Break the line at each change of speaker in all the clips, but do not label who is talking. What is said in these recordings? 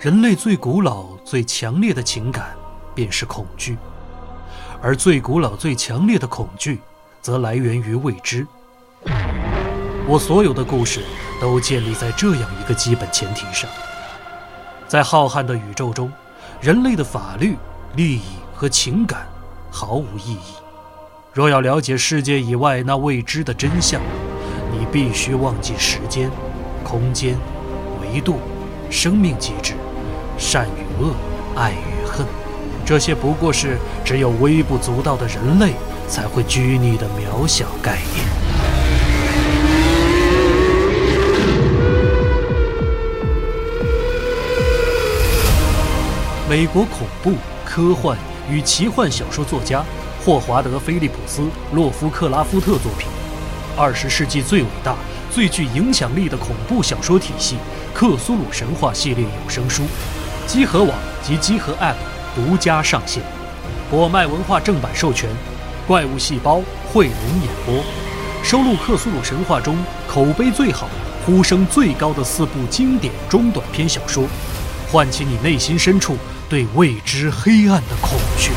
人类最古老、最强烈的情感便是恐惧，而最古老、最强烈的恐惧，则来源于未知。我所有的故事都建立在这样一个基本前提上：在浩瀚的宇宙中，人类的法律、利益和情感毫无意义。若要了解世界以外那未知的真相，你必须忘记时间、空间、维度、生命机制、善与恶、爱与恨，这些不过是只有微不足道的人类才会拘泥的渺小概念。美国恐怖、科幻与奇幻小说作家霍华德·菲利普斯·洛夫克拉夫特作品。二十世纪最伟大、最具影响力的恐怖小说体系《克苏鲁神话》系列有声书，集合网及集合 App 独家上线，果麦文化正版授权，怪物细胞汇龙演播，收录《克苏鲁神话》中口碑最好、呼声最高的四部经典中短篇小说，唤起你内心深处对未知黑暗的恐惧。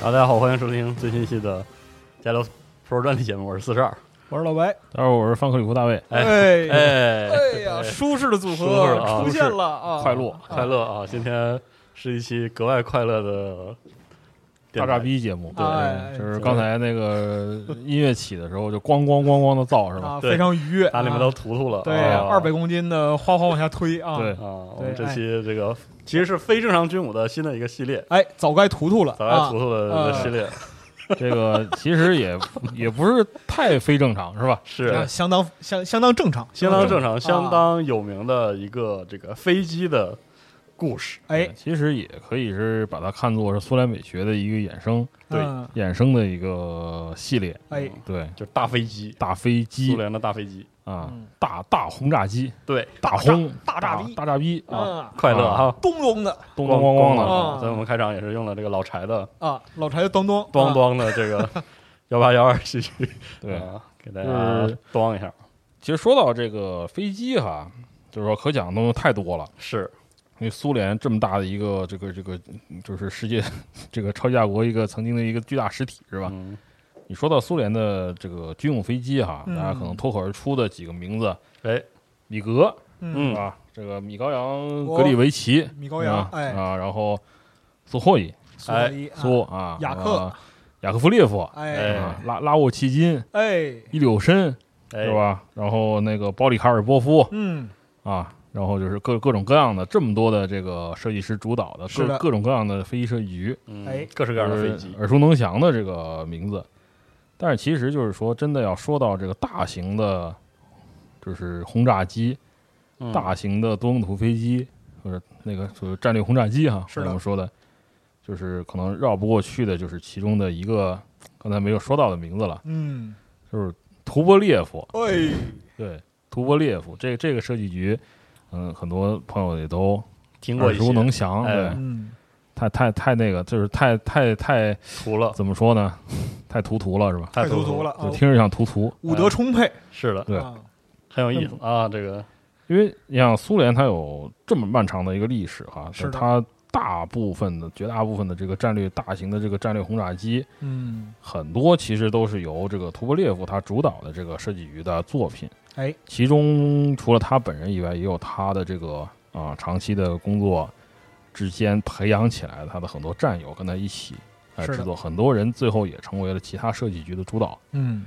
好，啊大家好，欢迎收听最新一期的《加油 Pro 专题节目》，我是四十二。
我是老白。
大家好，我是范克里夫大卫。
哎
哎
哎，
呀，舒适的组
舒适了啊
合出现了啊！
快乐
快乐啊！今天是一期格外快乐的
大
电台，
炸逼节目，
对哎
就是刚才那个音乐起的时候，就咣咣咣咣的造是吧？
啊，
对
非常愉悦。
把你们
啊
都图图了。
对
啊
二百公斤的花花往下推啊！
对，
啊！我们这
对哎
期这个其实是非正常军武的新的一个系列，
哎，早该图图了，
早该图
啊
图的
啊
的系列
这个其实也也不是太非正常是吧？
啊
是
相当相相当正常，
相当正常、
啊
相当有名的一个这个飞机的故事。
哎，
其实也可以是把它看作是苏联美学的一个衍生
对
嗯
衍生的一个系列。
哎，
对，
就是大飞机，
大飞
苏
机
联的大飞机。
啊
嗯，
大大轰炸机，
对，
大轰
大炸逼
大炸逼
嗯
啊，
啊，
快乐哈、
咚咚的
咣咣咣
的
咣
咣
所以我们开场也是用了这个老柴的
啊，老柴咚咚
咣
啊
咣的这个幺八幺二戏曲，
的， 对。
啊，给大家
就是
咣一下，啊
其实说到这个飞机哈，就是说可讲的东西太多了。
是
因为苏联这么大的一个这个这个，就是世界 这个超级大国一个曾经的一个巨大实体是吧？
嗯，
你说到苏联的这个军用飞机哈，
嗯
大家可能脱口而出的几个名字，
哎，
米格
嗯，
是
嗯，
吧？这个米高扬格里维奇
米高扬
啊，
哎
啊，然后苏霍伊
苏合一
苏啊，
雅克
呃雅克夫列夫
哎
哎
啊，拉拉沃契金、
哎
伊柳申
哎，
是？吧？然后那个包里卡尔波夫
嗯
啊，然后就是各各种各样的这么多的这个设计师主导的
是
各
的
各种各样的飞机设计局，
嗯
哎
各式各样的飞机
就是，耳熟能详的这个名字。但是其实就是说，真的要说到这个大型的，就是轰炸机、
嗯
大型的多用途飞机，或者那个就是战略轰炸机哈，
是的
我们说的，就是可能绕不过去的，就是其中的一个刚才没有说到的名字了，
嗯，
就是图波列夫。
哎
对，图波列夫这这个设计局，嗯，很多朋友也都
听过
耳
一
熟
些，
能详。
哎
对，
嗯
太太太那个，就是太太太
除了
怎么说呢？ 太突突了是吧？
太
突
突突了，，
就
啊
听着像突突，
武德充沛
是的，
对
啊
很有
嗯
意思啊，这个
因为你像苏联，它有这么漫长的一个历史哈，
是的
它大部分的、绝大部分的这个战略大型的这个战略轰炸机，
嗯
很多其实都是由这个图波列夫他主导的这个设计局的作品。
哎，
其中除了他本人以外，也有他的这个啊、长期的工作之间培养起来的他的很多战友跟他一起来
是的
制作，很多人最后也成为了其他设计局的主导。
嗯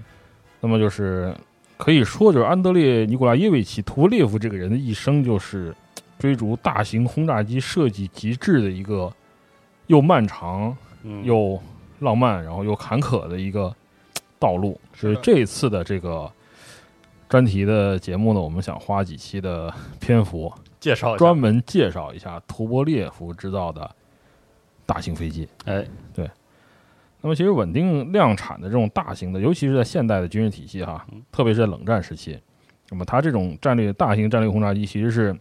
那么就是可以说，就是安德烈·尼古拉耶维奇·图波列夫这个人的一生，就是追逐大型轰炸机设计极致的一个又漫长
嗯
又浪漫，然后又坎坷的一个道路。所
是
以
的
这次的这个专题的节目呢，我们想花几期的篇幅，
介绍一下
专门介绍一下图波列夫制造的大型飞机。
哎，
那么，其实稳定量产的这种大型的，尤其是在现代的军事体系哈
嗯，
特别是在冷战时期，那么它这种战略大型战略轰炸机其实是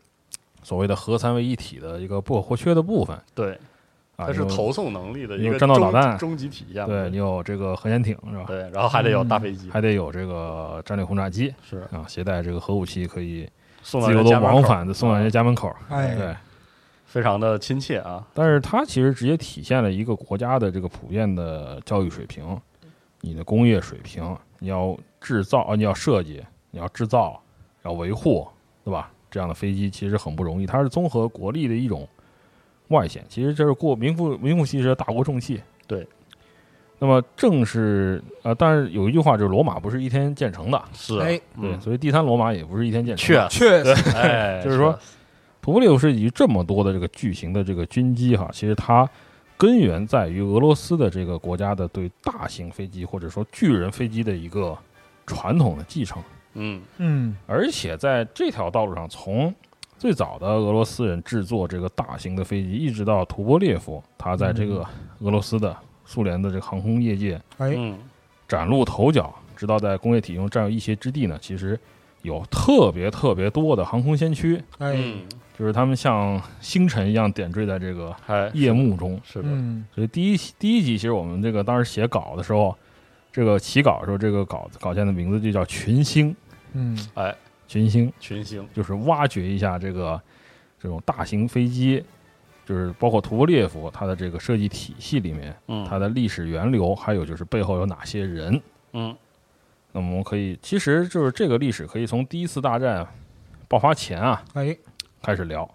所谓的核三位一体的一个不可或缺的部分
对，
啊。
它是
你有
投送能力的
你
一
有
个
战斗导
终
弹
终极体现嘛，
对嗯你有这个核潜艇是吧？
对，然后还得有大飞机，
还得有这个战略轰炸机
是
啊，携带这个核武器可以
送到
自由
人
的
家门
往
口啊
返的送到人家家门口。
哎，
对，
非常的亲切啊，
但是它其实直接体现了一个国家的这个普遍的教育水平，你的工业水平，你要制造啊，你要设计，你要制造，要维护，对吧？这样的飞机其实很不容易，它是综合国力的一种外显，其实这是过名副名副其实的大国重器。
对。
那么正是呃，但是有一句话就是罗马不是一天建成的，
是啊，
哎
对，
嗯，
所以第三罗马也不是一天建成
确
的。
实，
确实
哎，
就是说图波列夫是以这么多的这个巨型的这个军机哈，其实它根源在于俄罗斯的这个国家的对大型飞机或者说巨人飞机的一个传统的继承，
嗯，
嗯，
而且在这条道路上，从最早的俄罗斯人制作这个大型的飞机，一直到图波列夫，他在这个俄罗斯的苏联的这个航空业界
哎，
嗯，
崭露头角，直到在工业体系中占有一席之地呢，其实有特别特别多的航空先驱，
哎，
嗯，
就是他们像星辰一样点缀在这个
还
夜幕中。
是的，
嗯，
所以第一第一集，其实我们这个当时写稿的时候，这个起稿的时候，这个稿稿件的名字就叫“群星
嗯，”，
群星
群星，
就是挖掘一下这个这种大型飞机，就是包括图波列夫它的这个设计体系里面，
嗯，
它的历史源流，还有就是背后有哪些人。
嗯，
那么我们可以，其实就是这个历史可以从第一次大战爆发前啊，
哎，
开始聊。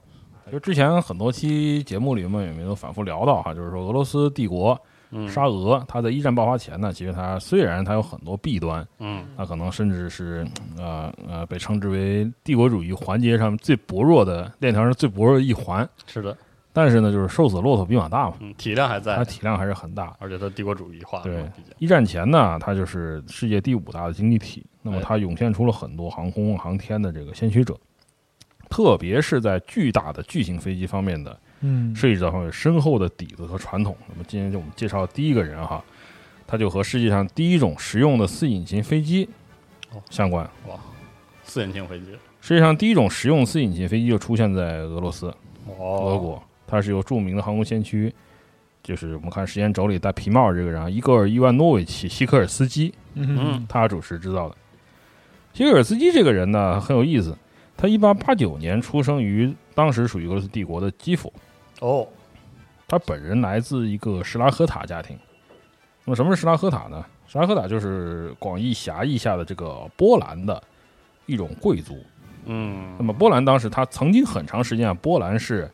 就之前很多期节目里面也没有反复聊到哈，就是说俄罗斯帝国
嗯，
沙俄，它在一战爆发前呢，其实它虽然它有很多弊端，
嗯，
它可能甚至是呃呃被称之为帝国主义环节上最薄弱的链条上最薄弱的一环，
是的，
但是呢，就是瘦死骆驼比马大嘛，
嗯，体量还
它
在，
体量还是很大。
而且它帝国主义化了嘛，毕竟，
一战前呢，它就是世界第五大的经济体，那么
哎
它涌现出了很多航空航天的这个先驱者，特别是在巨大的巨型飞机方面的
嗯，
设计者方面有深厚的底子和传统。那么今天就我们介绍第一个人哈，他就和世界上第一种实用的四引擎飞机
哦
相关。
哇，四引擎飞机，
世界上第一种实用四引擎飞机就出现在俄罗斯、
哦，
俄，国，它是由著名的航空先驱，就是我们看时间轴里戴皮帽这个人啊，伊戈尔·伊万诺维奇·希科尔斯基，
嗯
嗯，
他主持制造的。希尔斯基这个人呢很有意思，他一八八九年出生于当时属于俄罗斯帝国的基辅，
哦，
他本人来自一个什拉赫塔家庭。那么什么是什拉赫塔呢？什拉赫塔就是广义狭义下的这个波兰的一种贵族。
嗯
那，么波兰当时，它曾经很长时间啊，波兰是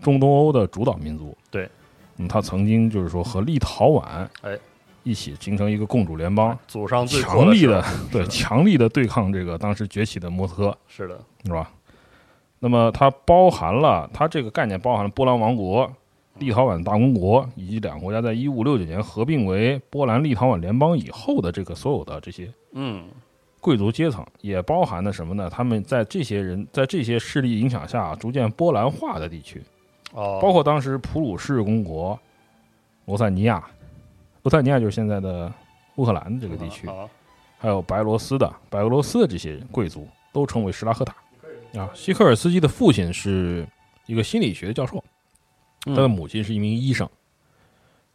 中东欧的主导民族。
对，
那么它曾经就是说和立陶宛
哎
一起形成一个共主联邦，
祖上最阔
强力
的
的
时候
对强力的对抗这个当时崛起的莫斯科。
是的，
是吧？那么它包含了它这个概念包含了波兰王国、立陶宛大公国以及两个国家在一五六九年合并为波兰立陶宛联邦以后的这个所有的这些
嗯，
贵族阶层，也包含了什么呢？他们在这些人在这些势力影响下逐渐波兰化的地区，
哦，
包括当时普鲁士公国、罗塞尼亚，罗塞尼亚就是现在的乌克兰这个地区，
啊，
还有白罗斯的白俄罗斯的这些贵族，都称为什拉赫塔。啊，希克尔斯基的父亲是一个心理学教授，
嗯
他的母亲是一名医生，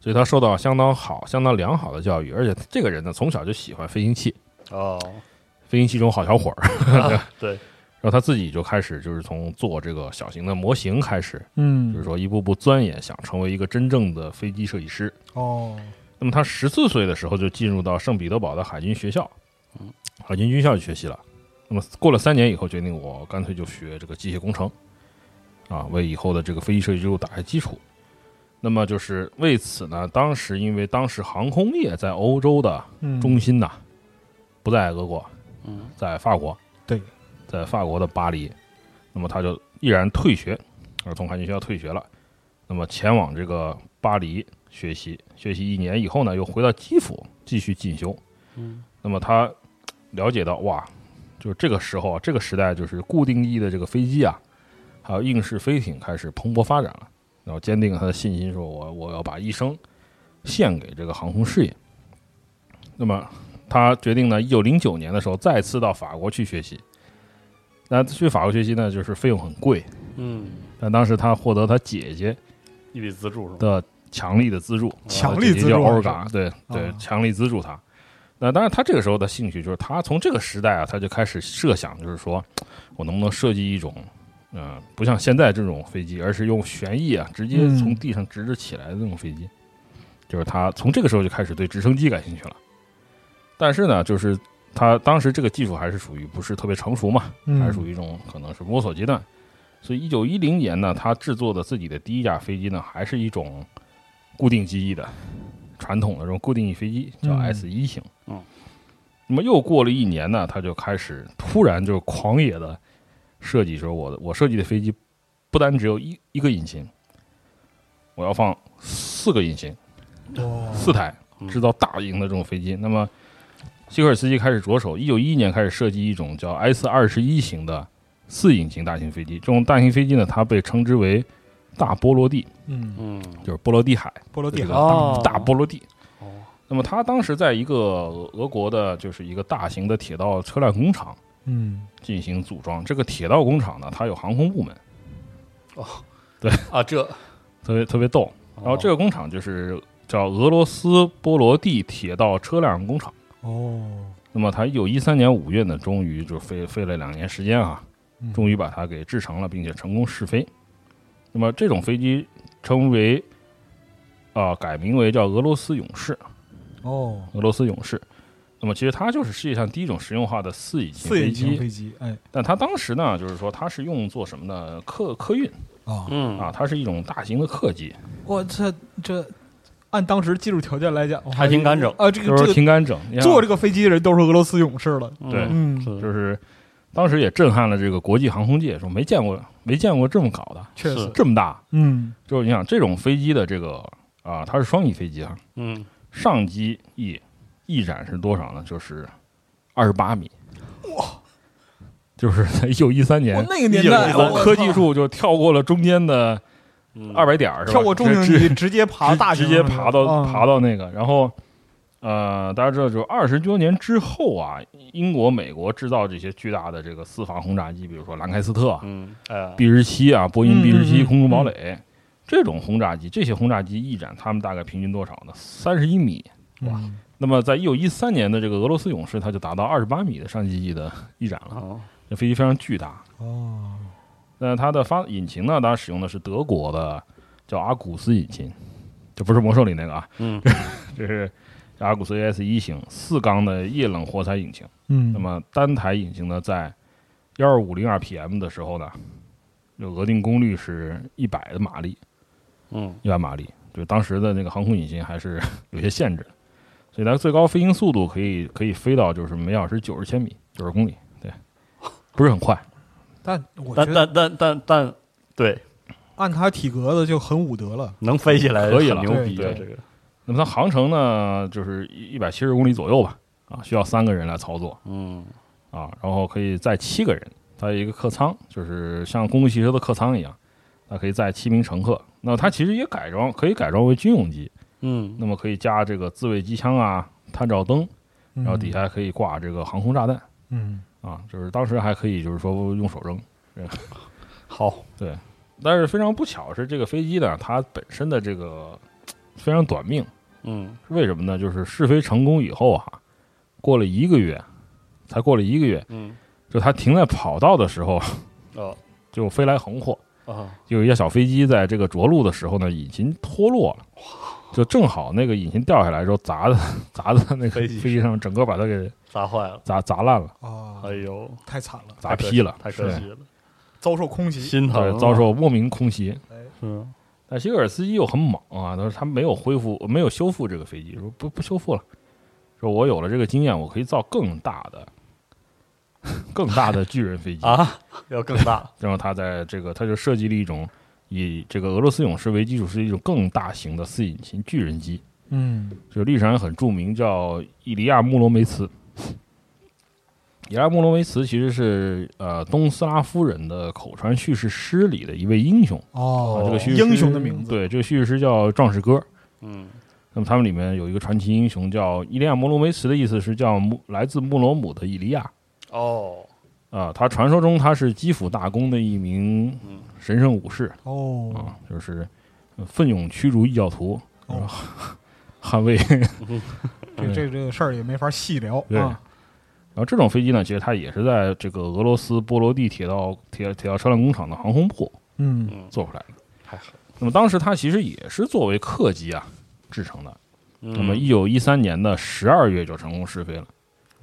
所以他受到相当好、相当良好的教育，而且这个人呢，从小就喜欢飞行器，
哦，
飞行器中好小伙儿。
啊对，
然后他自己就开始就是从做这个小型的模型开始，就是
嗯，
说一步步钻研，想成为一个真正的飞机设计师。
哦，
那么他十四岁的时候就进入到圣彼得堡的海军学校
嗯，
海军军校去学习了。那么过了三年以后，决定我干脆就学这个机械工程，啊，为以后的这个飞机设计之路打下基础。那么就是为此呢，当时因为当时航空业在欧洲的
嗯，
中心呐、不在俄国，
嗯，
在法国，
对，
在法国的巴黎。那么他就毅然退学，啊，从海军学校退学了。那么前往这个巴黎学习，学习一年以后呢，又回到基辅继续进修。
嗯
那么他了解到，哇，就是这个时候啊，这个时代就是固定翼的这个飞机啊，还有硬式飞艇开始蓬勃发展了。然后坚定了他的信心，说我我要把一生献给这个航空事业。那么他决定呢，一九零九年的时候再次到法国去学习。那去法国学习呢，就是费用很贵，
嗯，
但当时他获得他姐姐
一笔资助是吧？
的强力的资助，呃
强力资助
叫欧尔嘎，对对
啊，
强力资助他。那当然，他这个时候的兴趣就是他从这个时代啊，他就开始设想，就是说我能不能设计一种，嗯、不像现在这种飞机，而是用旋翼啊，直接
嗯
从地上直着起来的那种飞机。就是他从这个时候就开始对直升机感兴趣了。但是呢，就是他当时这个技术还是属于不是特别成熟嘛，还是属
于
于一种可能是摸索阶段。所以，一九一零年呢，他制作的自己的第一架飞机呢，还是一种固定机翼的传统的这种固定翼飞机，叫
嗯
S 一型。
嗯
那么又过了一年呢，他就开始突然就狂野的设计说，我的我设计的飞机不单只有一一个引擎，我要放四个引擎，
哦
四台
嗯
制造大型的这种飞机。那么，希克尔斯基开始着手，一九一一年开始设计一种叫 S 二十一型的四引擎大型飞机。这种大型飞机呢，它被称之为大波罗的，
嗯，
嗯，
就是波罗的海，
波罗的啊
这个
海
大、
哦
大波罗的。
哦，
那么，它当时在一个俄国的，就是一个大型的铁道车辆工厂
嗯，
进行组装。这个铁道工厂呢，它有航空部门，
啊，这，哦
特别特别逗。然后这个工厂就是叫俄罗斯波罗的铁道车辆工厂。
哦，
那么他一九一三年五月呢，终于就飞飞了两年时间啊，
嗯
终于把它给制成了，并且成功试飞。那么这种飞机称为啊、改名为叫俄罗斯勇士，
哦，
俄罗斯勇士。那么其实它就是世界上第一种实用化的四引擎
四
飞
引擎
机，
飞机，哎，
但它当时呢，就是说它是用作什么呢？客客运
啊，
嗯
啊，它是一种大型的客机，
我这这，按当时技术条件来讲，
还挺敢整
啊，这
就
个
是
这个
挺敢整，你看
坐这个飞机的人都是俄罗斯勇士了，
对
嗯，
是
就是当时也震撼了这个国际航空界，说没见过没见过这么搞的，
确
是
实，
这么大，
嗯，
就是你想这种飞机的这个啊，它是双翼飞机啊，
嗯，
上机翼翼展是多少呢？就是二十八米，
哇，
就是 在一九一三
我
年，
那个年代，
1913
我
科技树就跳过了中间的
嗯
二百点儿，是吧
跳过中型
直
机，直接爬
直
大型
直
的
接
那种
爬到
啊
爬到那个，然后。呃，大家知道，就二十多年之后啊，英国、美国制造这些巨大的这个私防轰炸机，比如说兰开斯特啊、
嗯，哎，
B 十七啊，波音
嗯
B
嗯
十七
嗯
空中堡垒、这种轰炸机，这些轰炸机翼展他们大概平均多少呢？三十一米。
哇，
那么在一九一三年的这个俄罗斯勇士，它就达到二十八米的上机翼的 翼展了。
哦，
这飞机非常巨大。
哦，
那它的发引擎呢，当然使用的是德国的叫阿古斯引擎，这不是魔兽里那个啊，
嗯，
这是阿古斯 AS 一型四缸的液冷活塞引擎。
嗯，
那么单台引擎呢，在幺二五零 RPM 的时候呢，就额定功率是一百的马力，
嗯，
一百马力，就是当时的那个航空引擎还是 有些限制，所以它最高飞行速度可以可以飞到就是每小时九十千米，九十公里，对，不是很快。
但我觉
但
得
但但但但，对，
按他体格子就很武德了，
能飞起来
可以
很
了
牛逼啊，
对
这个，
那么它航程呢，就是一百七十公里左右吧，啊，需要三个人来操作
嗯，
啊，然后可以载七个人，它有一个客舱，就是像公共汽车的客舱一样，它可以载七名乘客。那它其实也改装，可以改装为军用机，
嗯，
那么可以加这个自卫机枪啊、探照灯，
然
然后底，下可以挂这个航空炸弹。
嗯，
啊，就是当时还可以，就是说用手扔。
好，
但是非常不巧是，这个飞机呢，它本身的这个嘖非常短命，
嗯，
是为什么呢？就是试飞成功以后啊，过了一个月，才过了一个月，
嗯，
就它停在跑道的时候
哦，
就飞来横祸，
啊，
就有一架小飞机在这个着陆的时候呢，引擎脱落了，就正好那个引擎掉下来之后砸的砸在那个
飞
飞
机
机上，整个把它给
砸坏了，
砸砸烂了，
啊，
哎呦，
太惨了，
砸劈了，
太可惜了，
遭受空袭，
心疼
对，
啊，
对，遭受莫名空袭。
嗯，
但希格尔斯基又很猛啊，他说他没有恢复，没有修复这个飞机，说不不修复了，说我有了这个经验，我可以造更大的、更大的巨人 飞机。
啊，要更 大，
然后他在这个，他就设计了一种以这个俄罗斯勇士为基础，是一种更大型的四引擎巨人机。
嗯
就历史上也很著名，叫伊利亚穆罗梅茨。伊利亚穆罗梅茨其实是呃东斯拉夫人的口传叙事诗里的一位英雄。
哦
啊，这个叙事
英雄的名字，
对，这个叙事诗叫《壮士歌》。
嗯
那么他们里面有一个传奇英雄叫伊利亚穆罗梅茨的意思是叫穆来自穆罗姆的伊利亚。
哦，
啊、他传说中他是基辅大公的一名
嗯
神圣武士
哦
啊，就是呃奋勇驱逐异教徒，
哦，
捍卫
这这这个事儿也没法细聊
对，
啊，
然后这种飞机呢，其实它也是在这个俄罗斯波罗的铁道铁铁道车辆工厂的航空部
嗯
嗯，
做出来的。
还好。
那么当时它其实也是作为客机啊制成的。
那
那么一九一三年的十二月就成功试飞了。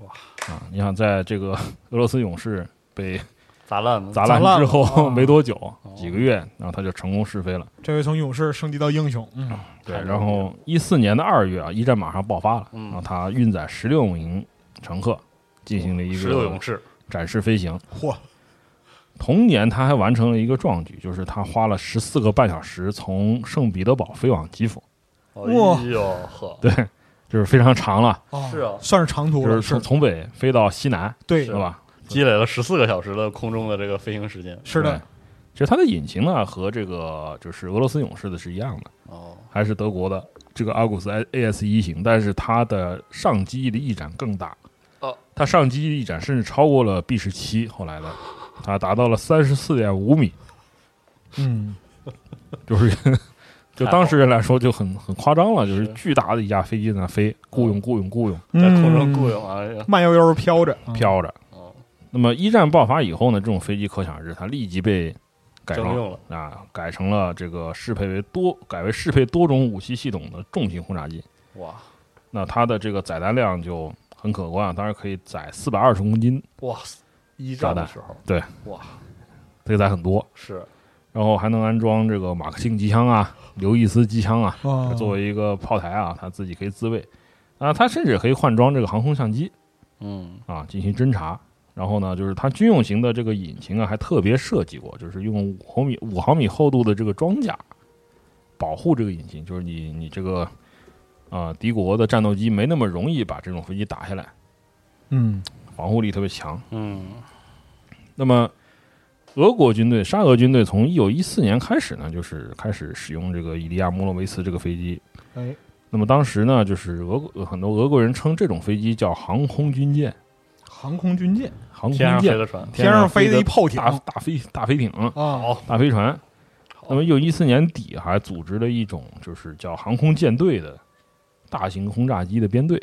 哇
啊！你想，在这个 俄罗斯勇士被
砸烂了，哦
砸
砸
烂
烂
之
了
后
啊
没多久，几个月，然后它就成功试飞了。
这回从勇士升级到英雄，嗯
对，
太牛
然后一四年的二月啊，一战马上爆发了，
嗯
然后它运载十六名乘客进行了一
十六
个
勇士，
展示飞行。
嚯，
同年，他还完成了一个壮举，就是他花了十四个半小时从圣彼得堡飞往基辅，
哇
哎呦呵，
对，就是非常长了，
哦
是啊
算是长途
就
了，
是从从北飞到西南，
对
对吧？
积累了十四个小时的空中的这个飞行时间。
是
对
的，。
其实它的引擎呢和这个就是俄罗斯勇士的是一样的，
哦，
还是德国的这个阿古斯 AS 一型，但是它的上机翼的翼展更大，
哦，
它上机翼的翼展甚至超过了 B 十七，后来的它达到了三十四点五米，
嗯
就是就当事人来说就很很夸张了，就是
是
巨大的一架飞机在那飞，雇佣雇佣雇佣
在空中
嗯
雇佣，哎呀，
慢悠悠飘着，嗯
飘着。
哦，
那么一战爆发以后呢，这种飞机可想而知，它立即被改
征
装
用了，
啊，改成了这个适配为多改为适配多种武器系统的重型轰炸机。
哇
那它的这个载弹量就很可观，啊当然可以载四百二十公斤，
哇，一战的时候
可以载很多，
是
然后还能安装这个马克沁机枪啊、刘易斯机枪啊，
哦
作为一个炮台啊，它自己可以自卫。啊，它甚至可以换装这个航空相机
嗯
啊，进行侦察。然后呢，就是它军用型的这个引擎啊，还特别设计过，就是用五毫米五毫米厚度的这个装甲保护这个引擎，就是你你这个啊、敌国的战斗机没那么容易把这种飞机打下来，
嗯
防护力特别强。
嗯
那么，俄国军队、沙俄军队从一九一四年开始呢，就是开始使用这个伊利亚莫洛维茨这个飞机。
哎
那么当时呢，就是俄国很多俄国人称这种飞机叫航空军舰，
航空军舰
航空
天
军
上飞
舰，
的船，
天上飞
的
的一炮艇
大大飞大飞艇、
啊，
好，
大飞船。
好
那么，一九一四年底还组织了一种就是叫航空舰队的大型轰炸机的编队，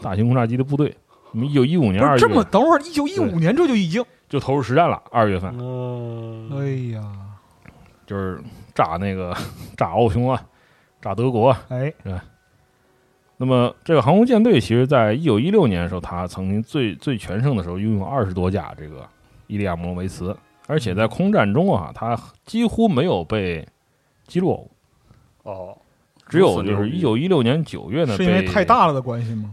大型轰炸机的部队。那么，一九一五年
不
二
是
月
这么等会儿，一九一五年这就已经，
就投入实战了，二月份
嗯，
哎呀，
就是炸那个 炸奥匈啊，炸德国啊，
哎
那么这个航空舰队其实在一九一六年的时候，它曾经最最全盛的时候拥有二十多架这个伊利亚莫罗维茨，而且在空战中啊，它几乎没有被击落，
哦，
只有就是
如此牛
一九一六年九月呢，
是因为
被
太。大了的关系吗？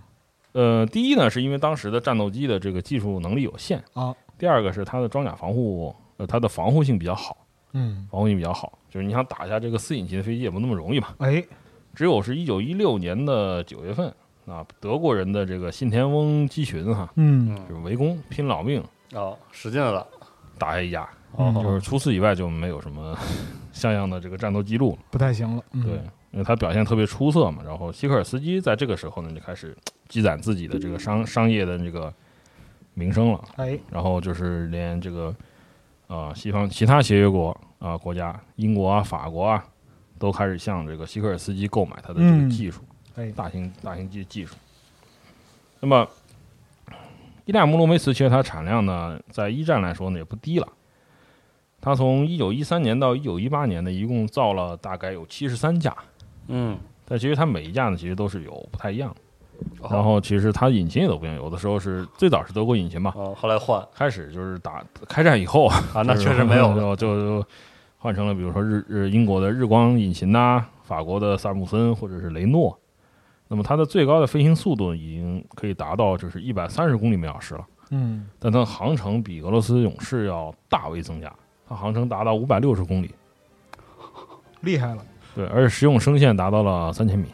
呃，第一呢，是因为当时的战斗机的这个技术能力有限
啊；
第二个是它的装甲防护，呃，它的防护性比较好，
嗯，
防护性比较好，就是你想打下这个四引擎的飞机也不那么容易嘛。
哎，
只有是一九一六年的九月份啊，德国人的这个信田翁机群哈、
嗯
逼
就是围攻，拼老命
嗯，哦，使劲了，
打下一架。
哦
嗯
好
就是除此以外就没有什么 像样的这个战斗记录了。
不太行了，嗯
对，因为他表现特别出色嘛。然后希克尔斯基在这个时候呢，就开始积攒自己的这个商商业的这个名声了。
哎，
然后就是连这个呃西方其他协约国啊、国家，英国啊、法国啊，都开始向这个希克尔斯基购买他的这个
嗯
技术，
哎
大型大型技技术。那么，伊利亚穆罗梅茨其实它产量呢，在一战来说呢也不低了。它从一九一三年到一九一八年呢，一共造了大概有七十三架，
嗯，
但其实它每一架呢，其实都是有不太一样的。
哦
然后其实它引擎也都不一样，有的时候是最早是德国引擎嘛，
哦，后来换
开始就是打开战以后啊，
啊，那
就是
确实没有了，
就就就换成了比如说日日英国的日光引擎呐、法国的萨姆森或者是雷诺。那么它的最高的飞行速度已经可以达到就是一百三十公里每小时了，
嗯，
但它的航程比俄罗斯勇士要大为增加，它航程达到五百六十公里，
厉害了，
对，而且实用升限达到了三千米。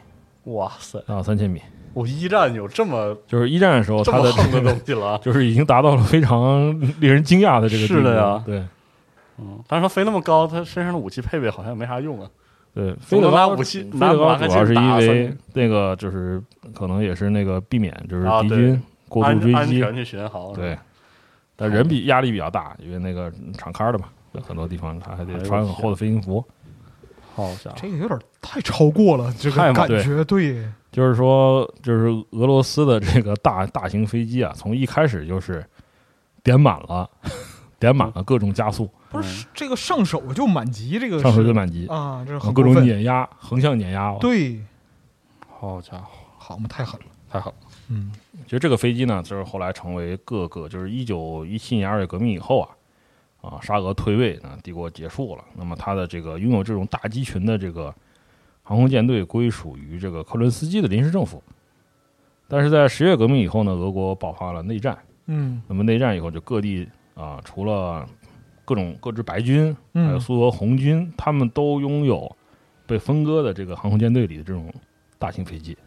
哇塞，
啊，三千米，
我一战有这么
就是一战的时候，
这
哦他
么
的
横
这
的
个
东西了啊？
就是已经达到了非常 令人惊讶的这个地步
是的呀
对
嗯，但是他飞那么高，他身上的武器配备好像也没啥用啊。
对，
总
飞得
能拿
高
武器，
飞
拿
得
拿
嗯高
开
主要
枪
是
打
因
死
为
你
那个就是可能也是那个避免就是
啊
敌
对
军过度
安
追
安
击，
全去巡航。
对，，但人比压力比较大，因为那个敞开的嘛，有很多地方他还
哎
得
呦
穿
我
很
天
厚的飞行服。
好家伙，
这个有点太超过了，这个
太猛
感
对嗯
觉对，
就是说，就是俄罗斯的这个大大型飞机啊，从一开始就是点满了， 点满了各种加速，
不是这个上手就满级，这个
上手
是
就满级，
啊，这是
然后
很
各
过
种
分
碾压，横向碾压。，
对，
好家伙，
好嘛，太狠了，
太好了！
嗯，
其实这个飞机呢，就是后来成为各个，就是一九一七年二月革命以后啊，啊，沙俄退位呢，帝国结束了，那么它的这个拥有这种大机群的这个航空舰队归属于这个克伦斯基的临时政府。但是在十月革命以后呢，俄国爆发了内战，
嗯
那么内战以后就各地啊、除了各种各支白军，还有
嗯，
苏俄红军，他们都拥有被分割的这个航空舰队里的这种大型飞机。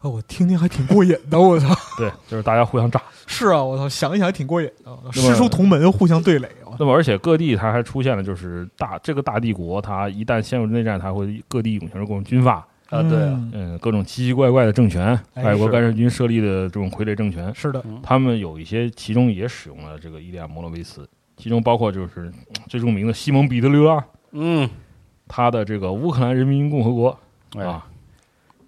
哦我听听还挺过瘾的，我 操！
对，就是大家互相炸。
是啊，我操，想一想还挺过瘾的，我操
那么
师出同门，互相对垒，我操
那么，而且各地它还出现了，就是大这个大帝国，它一旦陷入内战，它会各地涌现出各种军阀，
啊，对啊，
嗯
嗯，各种奇奇怪怪的政权，
哎
外国
是
干涉军设立的这种傀儡政权，
是的，
他们有一些其中也使用了这个伊利亚摩洛维茨，其中包括就是嗯最著名的西蒙彼得留拉，
嗯，
他的这个乌克兰人民共和国
哎，
啊，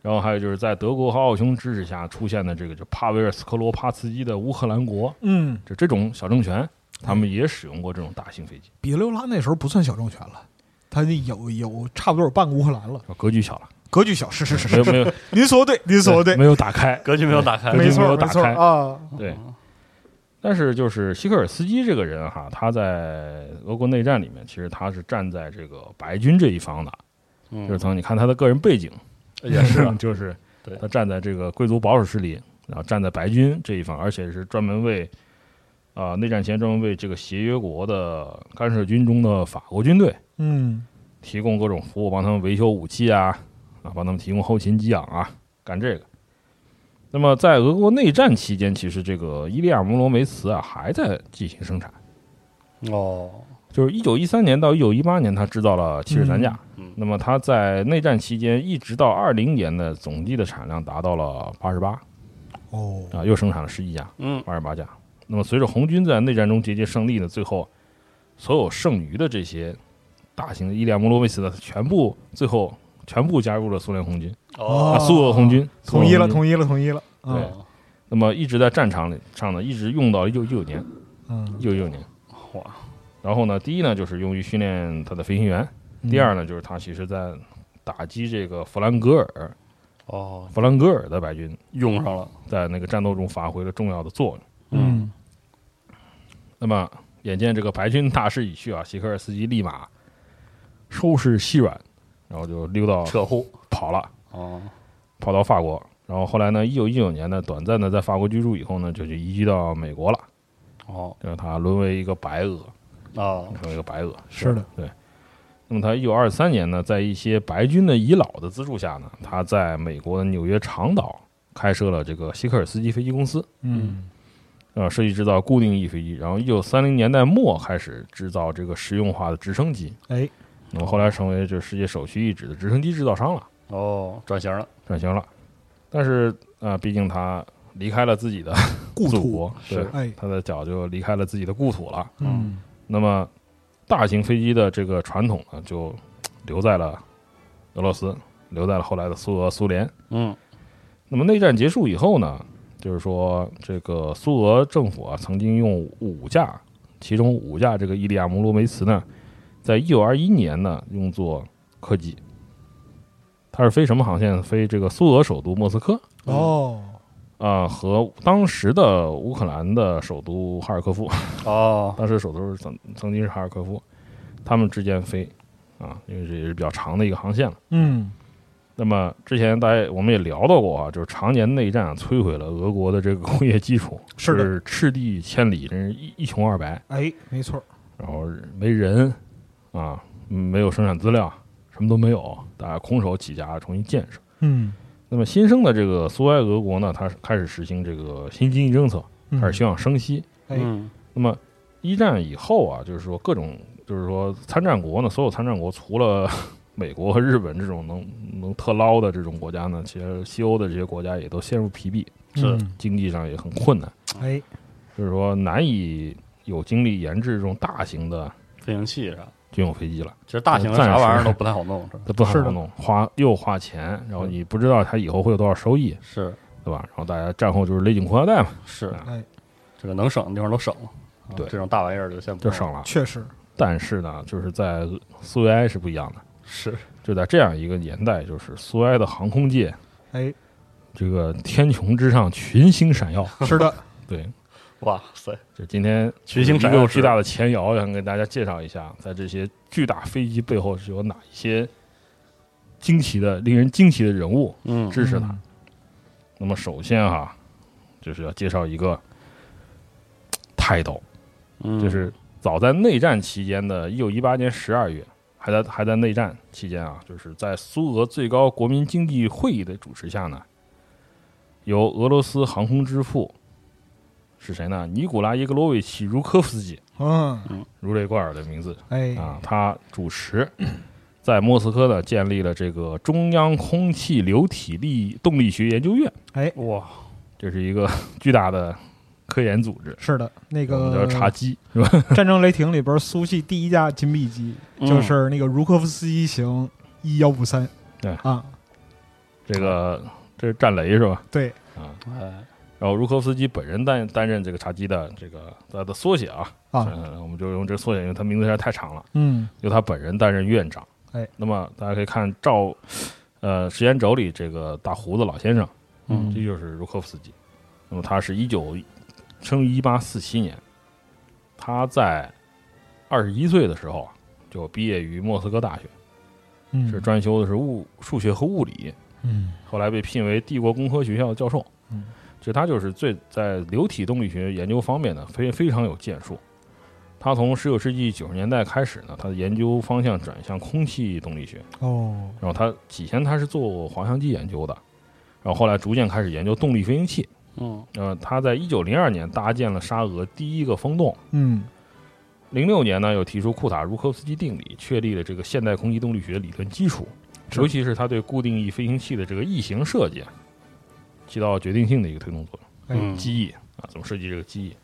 然后还有就是在德国和奥匈支持下出现的这个就帕维尔斯科罗帕茨基的乌克兰国，
嗯，
就这种小政权，他们也使用过这种大型飞机，
比留拉那时候不算小政权了，他有有差不多有半个乌克兰了，
格局小了，
格局小，是是是
没有
是，
没有
您说的对， 您说的
没有打开，
格局没有打开，
对
没
没
错
有
没
打
错
开
啊，
对。但是就是希克尔斯基这个人哈，他在俄国内战里面，其实他是站在这个白军这一方的，
嗯
就是从你看他的个人背景，
也是啊
就是
对
他站在这个贵族保守势力，然后站在白军这一方，而且是专门为啊、内战前专门为这个协约国的干涉军中的法国军队
嗯
提供各种服务，帮他们维修武器啊，啊，帮他们提供后勤给养啊，干这个。那么在俄国内战期间，其实这个伊利亚摩罗梅茨啊还在进行生产，
哦，
就是一九一三年到一九一八年，他制造了七十三架。
嗯
那么他在内战期间一直到二零年的总计的产量达到了八十八
哦，
啊，又生产了十一架，
嗯，
八十八架。那么随着红军在内战中节节胜利呢，最后所有剩余的这些大型的伊利亚摩罗维茨的全部最后全部加入了苏联红军啊，
哦，
苏俄红军
统一了，
一。
统一了，统一了，啊
嗯对，那么一直在战场里上呢，一直用到一九一九年，一
嗯，
九一九年。
哇，
然后呢，第一呢就是用于训练他的飞行员，
嗯
第二呢就是他其实在打击这个弗兰格尔，
哦，
弗兰格尔的白军
用上了，
在那个战斗中发挥了重要的作用。
嗯，
那么眼见这个白军大势已去啊，希克尔斯基立马收拾细软，然后就溜到
扯呼，
跑了，
哦，
跑到法国。然后后来呢，一九一九年呢，短暂的在法国居住以后呢，就就移居到美国了，
哦，
让他沦为一个白俄，
啊，
成为一个白俄。
是的，
那么他一九二三年呢，在一些白军的遗老的资助下呢，他在美国的纽约长岛开设了这个希克尔斯基飞机公司，
嗯
呃，设计制造固定翼飞机。然后一九三零年代末开始制造这个实用化的直升机，
哎，
那么后来成为这世界首屈一指的直升机制造商了，
哦，转型了，
转型了。但是呃，毕竟他离开了自己的
故
祖
土，
国，
是
对，
哎，
他的脚就离开了自己的故土了。
嗯，
那么大型飞机的这个传统呢，就留在了俄罗斯，留在了后来的苏俄、苏联。
嗯，
那么内战结束以后呢，就是说这个苏俄政府啊，曾经用五架，其中五架这个伊利亚摩罗梅茨呢，在一九二一年呢用作客机，它是飞什么航线？飞这个苏俄首都莫斯科
哦，
啊、和当时的乌克兰的首都哈尔科夫。
哦，
当时首都是曾曾经是哈尔科夫，他们之间飞啊，因为这也是比较长的一个航线了。
嗯，
那么之前大家我们也聊到过啊，就是常年内战啊摧毁了俄国的这个工业基础，
是的
是赤地千里，真是一一穷二白，
哎，没错，
然后没人啊，嗯没有生产资料，什么都没有，大家空手起家重新建设。
嗯
那么新生的这个苏维埃俄国呢，它是开始实行这个新经济政策，
嗯，
开始休养生息。
哎
嗯
那么一战以后啊，就是说各种，就是说参战国呢，所有参战国除了 美国和日本这种能能特捞的这种国家呢，其实西欧的这些国家也都陷入疲弊，
是
嗯
经济上也很困难，
哎，
就是说难以有精力研制这种大型的
飞行器啥，
军用飞机了，
其实大型的啥玩意儿都不太好弄，
它不
是
好
的嗯
弄，花又花钱，然后你不知道它以后会有多少收益，
是
对吧？然后大家战后就是勒紧裤腰带嘛，
是
哎，
这个能省的地方都省了，啊
对
这种大玩意儿就先不
就
弄
省了。
确实，
但是呢，就是在苏维埃是不一样的，
是
就在这样一个年代，就是苏维埃的航空界，
哎，
这个天穹之上群星闪耀。
是 的，
对，
哇塞，
这今天
群星
一
闪
个
耀
巨大的前摇，想给大家介绍一下，在这些巨大飞机背后是有哪一些惊奇的、令人惊奇的人物
嗯
支持它。那么首先哈、就是要介绍一个泰斗，
嗯
就是早在内战期间的1918年12月，还在还在内战期间啊，就是在苏俄最高国民经济会议的主持下呢，由俄罗斯航空之父是谁呢？尼古拉耶格罗维奇·茹科夫斯基，
嗯，
如雷贯耳的名字
哎，
啊，他主持。在莫斯科呢，建立了这个中央空气流体力动力学研究院，
哇，
这是一个巨大的科研组织，
是的，那
我们叫
个
茶几是吧？
《战争雷霆》里边苏系第一架金币机就
嗯
是那个茹科夫斯基型一幺五三，
对
啊，
这个这是战雷是吧？
对，
啊，
哎
然后茹科夫斯基本人担担任这个茶几的这个他的缩写啊，
啊，
嗯，我们就用这个缩写，因为他名字实在太长了，
嗯，
由他本人担任院长。
哎，
那么大家可以看照，呃，时间轴里这个大胡子老先生，
嗯
这就是茹科夫斯基。那么他是一九生于一八四七年，他在二十一岁的时候啊就毕业于莫斯科大学，
嗯
是专修的是物数学和物理。
嗯
后来被聘为帝国工科学校的教授。
嗯，
就他就是最在流体动力学研究方面呢，非非常有建树。他从十九世纪九十年代开始呢，他的研究方向转向空气动力学。
哦，
然后他以前他是做滑翔机研究的，然后后来逐渐开始研究动力飞行器。
嗯
呃，他在一九零二年搭建了沙俄第一个风洞。
嗯
零六年呢，又提出库塔茹科夫斯基定理，确立了这个现代空气动力学理论基础，
是
尤其是他对固定翼飞行器的这个翼型设计啊，起到决定性的一个推动作用。
哎
嗯
机翼啊，怎么设计这个机翼？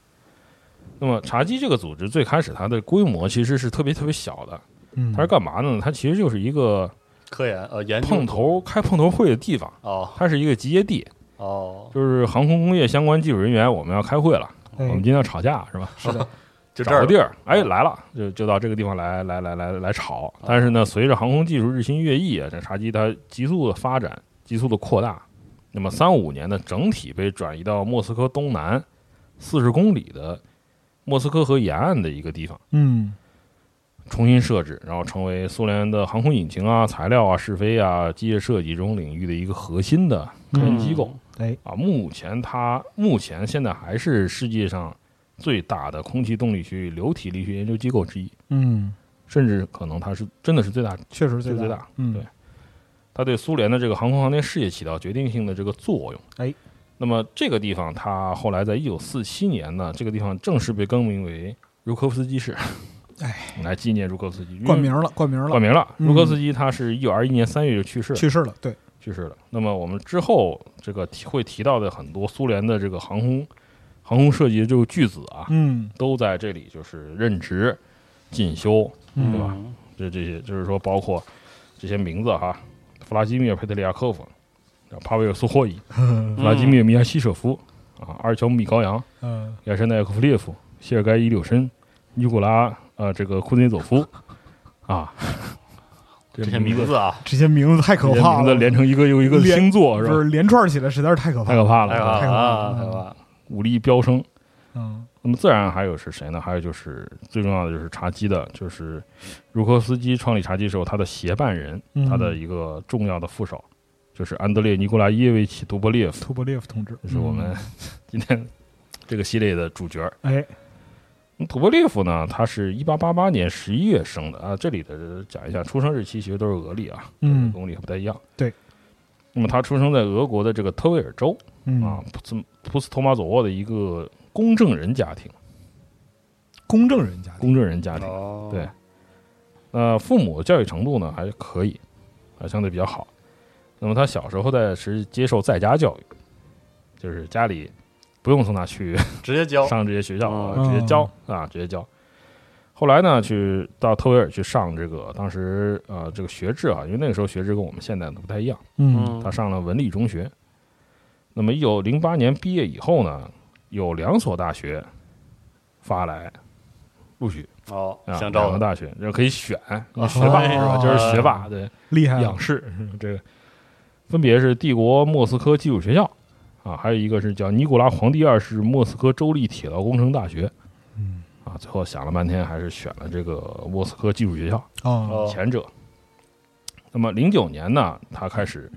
那么茶几这个组织最开始它的规模其实是特别特别小的，
嗯，
它是干嘛呢？它其实就是一个
科研呃研究
碰头开碰头会的地方，
哦
它是一个集结地，
哦，
就是航空工业相关技术人员我们要开会了，
哎
我们今天要吵架是吧？
是的，
就这
找
儿嗯
个地儿，哎，来了，就就到这个地方来来来来来吵。但是呢，随着航空技术日新月异啊，这茶几它急速的发展，急速的扩大。那么三五年呢，整体被转移到莫斯科东南四十公里的莫斯科河沿岸的一个地方
嗯
重新设置，然后成为苏联的航空引擎啊、材料啊、试飞啊、机械设计这种领域的一个核心的科研机构。
哎
啊，目前它目前现在还是世界上最大的空气动力学与流体力学研究机构之一。
嗯，
甚至可能它是真的是最大，
确实
最
最
大，
嗯
对它对苏联的这个航空航天事业起到决定性的这个作用。
哎，
那么这个地方它后来在一九四七年呢，这个地方正式被更名为茹科夫斯基市，
哎，
来纪念茹科夫斯基，因为
冠名了，冠名了
冠，名了。
嗯
茹科夫斯基他是一九二一年三月就去世了
去世了，对，
去世了。那么我们之后这个提会提到的很多苏联的这个航空航空设计的这个巨子啊，
嗯
都在这里就是任职、进修，
嗯
对吧？这这些就是说包括这些名字啊哈，弗拉基米尔·佩特里亚科夫、啊帕维尔·苏霍伊、
嗯
弗拉基米尔·米亚西舍夫啊、阿尔乔姆·米高扬、
嗯
亚申奈科夫列夫、谢尔盖伊·柳申、尼古拉呃这个库兹涅佐夫啊， 这
这些名字啊，
这些名字太可
这些
怕
名字
了，
连成一个又一个的
连
星座
不
是吧？
是连串起来实在是太可怕
太可
了，
怕
太可怕
了，
太
了
可怕
啊，
了
太可怕了，
武力飙升。
嗯
那么自然还有是谁呢？还有就是最重要的就是茶几的，就是茹科夫斯基创立茶几时候他的协办人，
嗯
他的一个重要的副手，就是安德烈·尼古拉耶维奇·杜波列夫，
图波列夫同志，
这是我们 今天这个系列的主角。
嗯哎，
那杜波列夫呢，他是一八八八年十一月生的啊，这里的讲一下出生日期其实都是俄历啊，
嗯
跟公历不太一样。
对。
那么他出生在俄国的这个特维尔州啊
嗯，，
普斯普斯托马佐沃的一个公证人家庭，
公证人家庭，
公证人家庭。
哦，
对那父母教育程度呢还可以，啊，相对比较好。那么他小时候在是接受在家教育，就是家里不用送他去
直接教
上这些学校，啊
嗯
直接教啊，直接教。后来呢，去到特维尔去上这个当时呃这个学制啊，因为那个时候学制跟我们现在的不太一样，
哦
嗯
他上了文理中学。那么一九零八年毕业以后呢，有两所大学发来录取，
哦，
啊，
想
两
招
个
的啊
大学，这可以选，你学霸是吧？就是学霸，对，
厉害啊
仰视这个，分别是帝国莫斯科技术学校啊，还有一个是叫尼古拉皇帝二世莫斯科州立铁道工程大学
嗯
啊，最后想了半天还是选了这个莫斯科技术学校
啊，
哦，
前者。那么零九年呢，他开始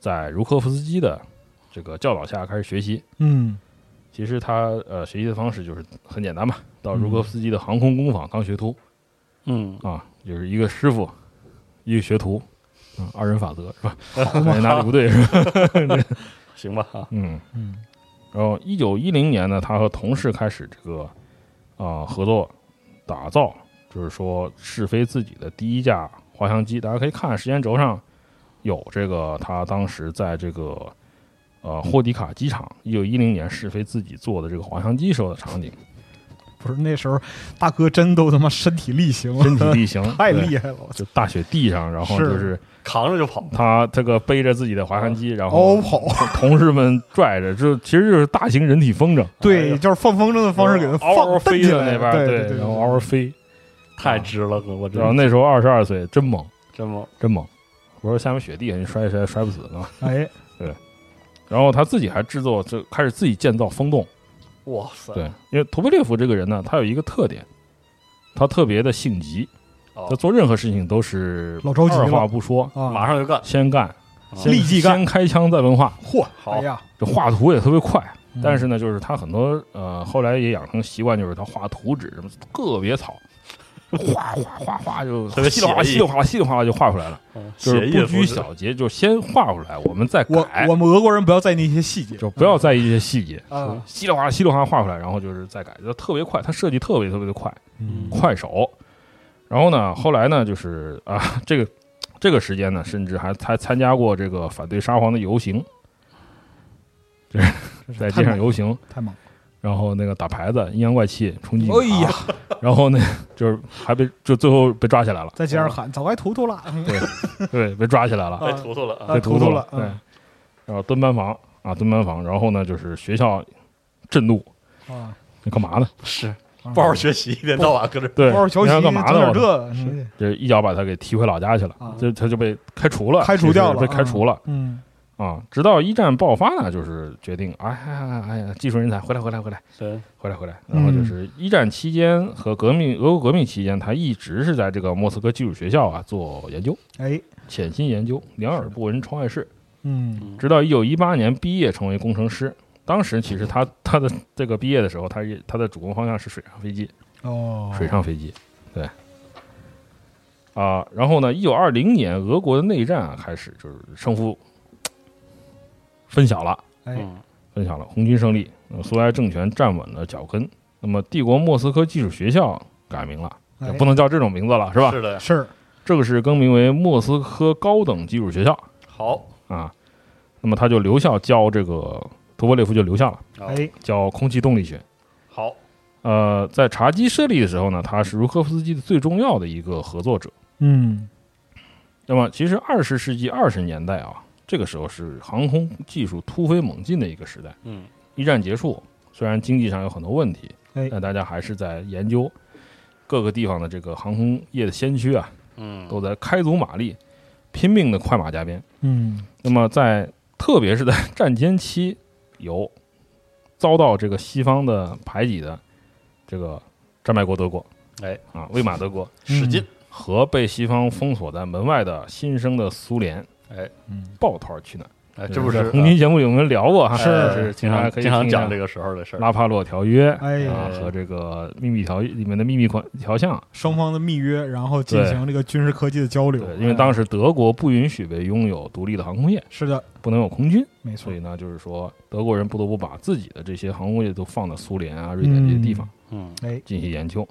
在茹科夫斯基的这个教导下开始学习。
嗯
其实他呃学习的方式就是很简单嘛，到茹科夫斯基的航空工坊当学徒，
嗯，
啊，就是一个师傅，一个学徒，嗯，二人法则是 吧？感觉哪里不对是吧？
行吧，啊
嗯，
嗯
然后一九一零年呢，他和同事开始这个啊、合作打造，就是说试飞自己的第一架滑翔机。大家可以看时间轴上有这个他当时在这个呃霍迪卡机场一九一零年试飞自己做的这个滑翔机时候的 场景，
不是那时候大哥真都他妈身体力行了，，
身 体力行
太
对
厉害了，我操！
就大雪地上，然后
是
就是
扛着就跑，
他这个背着自己的滑翔机，然后
嗷跑，
同 事们拽着，就其实就是大型人体风
哎
筝，
呦
对，就是放风筝的方式给它
嗷嗷
放蹬
飞
起
的
来
那边儿，
对对，
然后嗷嗷飞。
太值了，哥，我真
然后那时候二十二岁，真猛，
真猛，
真猛。我说下面雪地，你摔一摔摔不死呢。
哎，
然后他自己还制作，就开始自己建造风洞。
哇塞，
对，因为图贝列夫这个人呢，他有一个特点，他特别的性急，
哦
他做任何事情都是
老着急了
二话不说，
啊，
马上就干，
先干，先
立即干
先开枪再问话。
嚯，
好
哎呀，
这画图也特别快，
嗯
但是呢，就是他很多呃，后来也养成习惯，就是他画图纸什么个别草，画画画画 就
特别
稀里哗啦
写意
稀里哗啦稀里哗啦就画出来了，
嗯
就
写
是
意
不
的
拘
服饰
小节，就先画出来，我们再
我
改，
我们俄国人不要在意那些细节，
就不要在意这些细节，
啊，
稀里哗啦稀里哗啦画出来，然后就是再改，就特别快，他设计特别特别的快，
嗯
快手。然后呢，后来呢，就是啊， 这个这个时间呢，甚至还还参加过这个反对沙皇的游行，在街上游行。
太猛了，
然后那个打牌子，阴阳怪气，冲击警察
哎呀，
然后呢，就是还被就最后被抓起 来了，
在街上喊早该图图了，嗯
对，被抓起来了，
哎，图图了啊
啊
被屠
屠
戮
戮了
对
嗯，
然后蹲班房啊，蹲班房，然后呢，就是学校震怒，
啊，
你干嘛呢？
是
啊
不好好学习，一天到晚搁这
对，
不好学
你
习，
想干嘛
整
呢
点？这嗯个，
是这一脚把他给踢回老家去了
啊，
嗯
就他就被开除了，
开除掉
其
了
实被开除了
嗯，
啊。直到一战爆发呢，就是决定，哎呀哎呀，技术人才回来回来回来。
对，
回来回来，然后就是一战期间和革命俄国革命期间，他一直是在这个莫斯科技术学校啊做研究，
哎，
潜心研究，两耳不闻窗外事，
嗯，
直到一九一八年毕业成为工程师。当时其实他他的这个毕业的时候，他也他的主攻方向是水上飞机，
哦，
水上飞机，对。啊，然后呢，一九二零年俄国的内战啊开始，就是胜负分晓了。
哎，
嗯，
分享了红军胜利，呃苏维埃政权站稳了脚跟。那么，帝国莫斯科技术学校改名了，也
哎
不能叫这种名字了，是吧？
是的，
是
正式更名为莫斯科高等技术学校
好，
啊。那么，他就留校教这个图波列夫就留校了，
好
哎，
教空气动力学。
好，
呃，在茶几设立的时候呢，他是茹科夫斯基的最重要的一个合作者。
嗯，
那么，其实二十世纪二十年代啊，这个时候是航空技术突飞猛进的一个时代。
嗯，
一战结束，虽然经济上有很多问题，
哎
但大家还是在研究各个地方的这个航空业的先驱啊，
嗯，
都在开足马力，拼命的快马加鞭。
嗯，
那么在特别是在 战间期，有遭到这个西方的排挤的这个战败国德国，
哎
啊，魏玛德国
使劲，
和被西方封锁在门外的新生的苏联，
哎，
嗯，
抱团取暖。
哎，这不是
在红军节目里我们聊过哈，
呃
是
经
大家
常
可以
经常讲这
个
个时候的事儿。
拉帕洛条约
哎呀
啊和这个秘密条里面的秘密款条项，
双方的密约，然后进行这个军事科技的交流啊
对，。因为当时德国不允许被拥有独立的航空业，
是的，
不能有空军，
没错
所以，呢，就是说德国人不得不把自己的这些航空业都放到苏联啊、瑞典这些地方。
嗯
哎，
进行研究。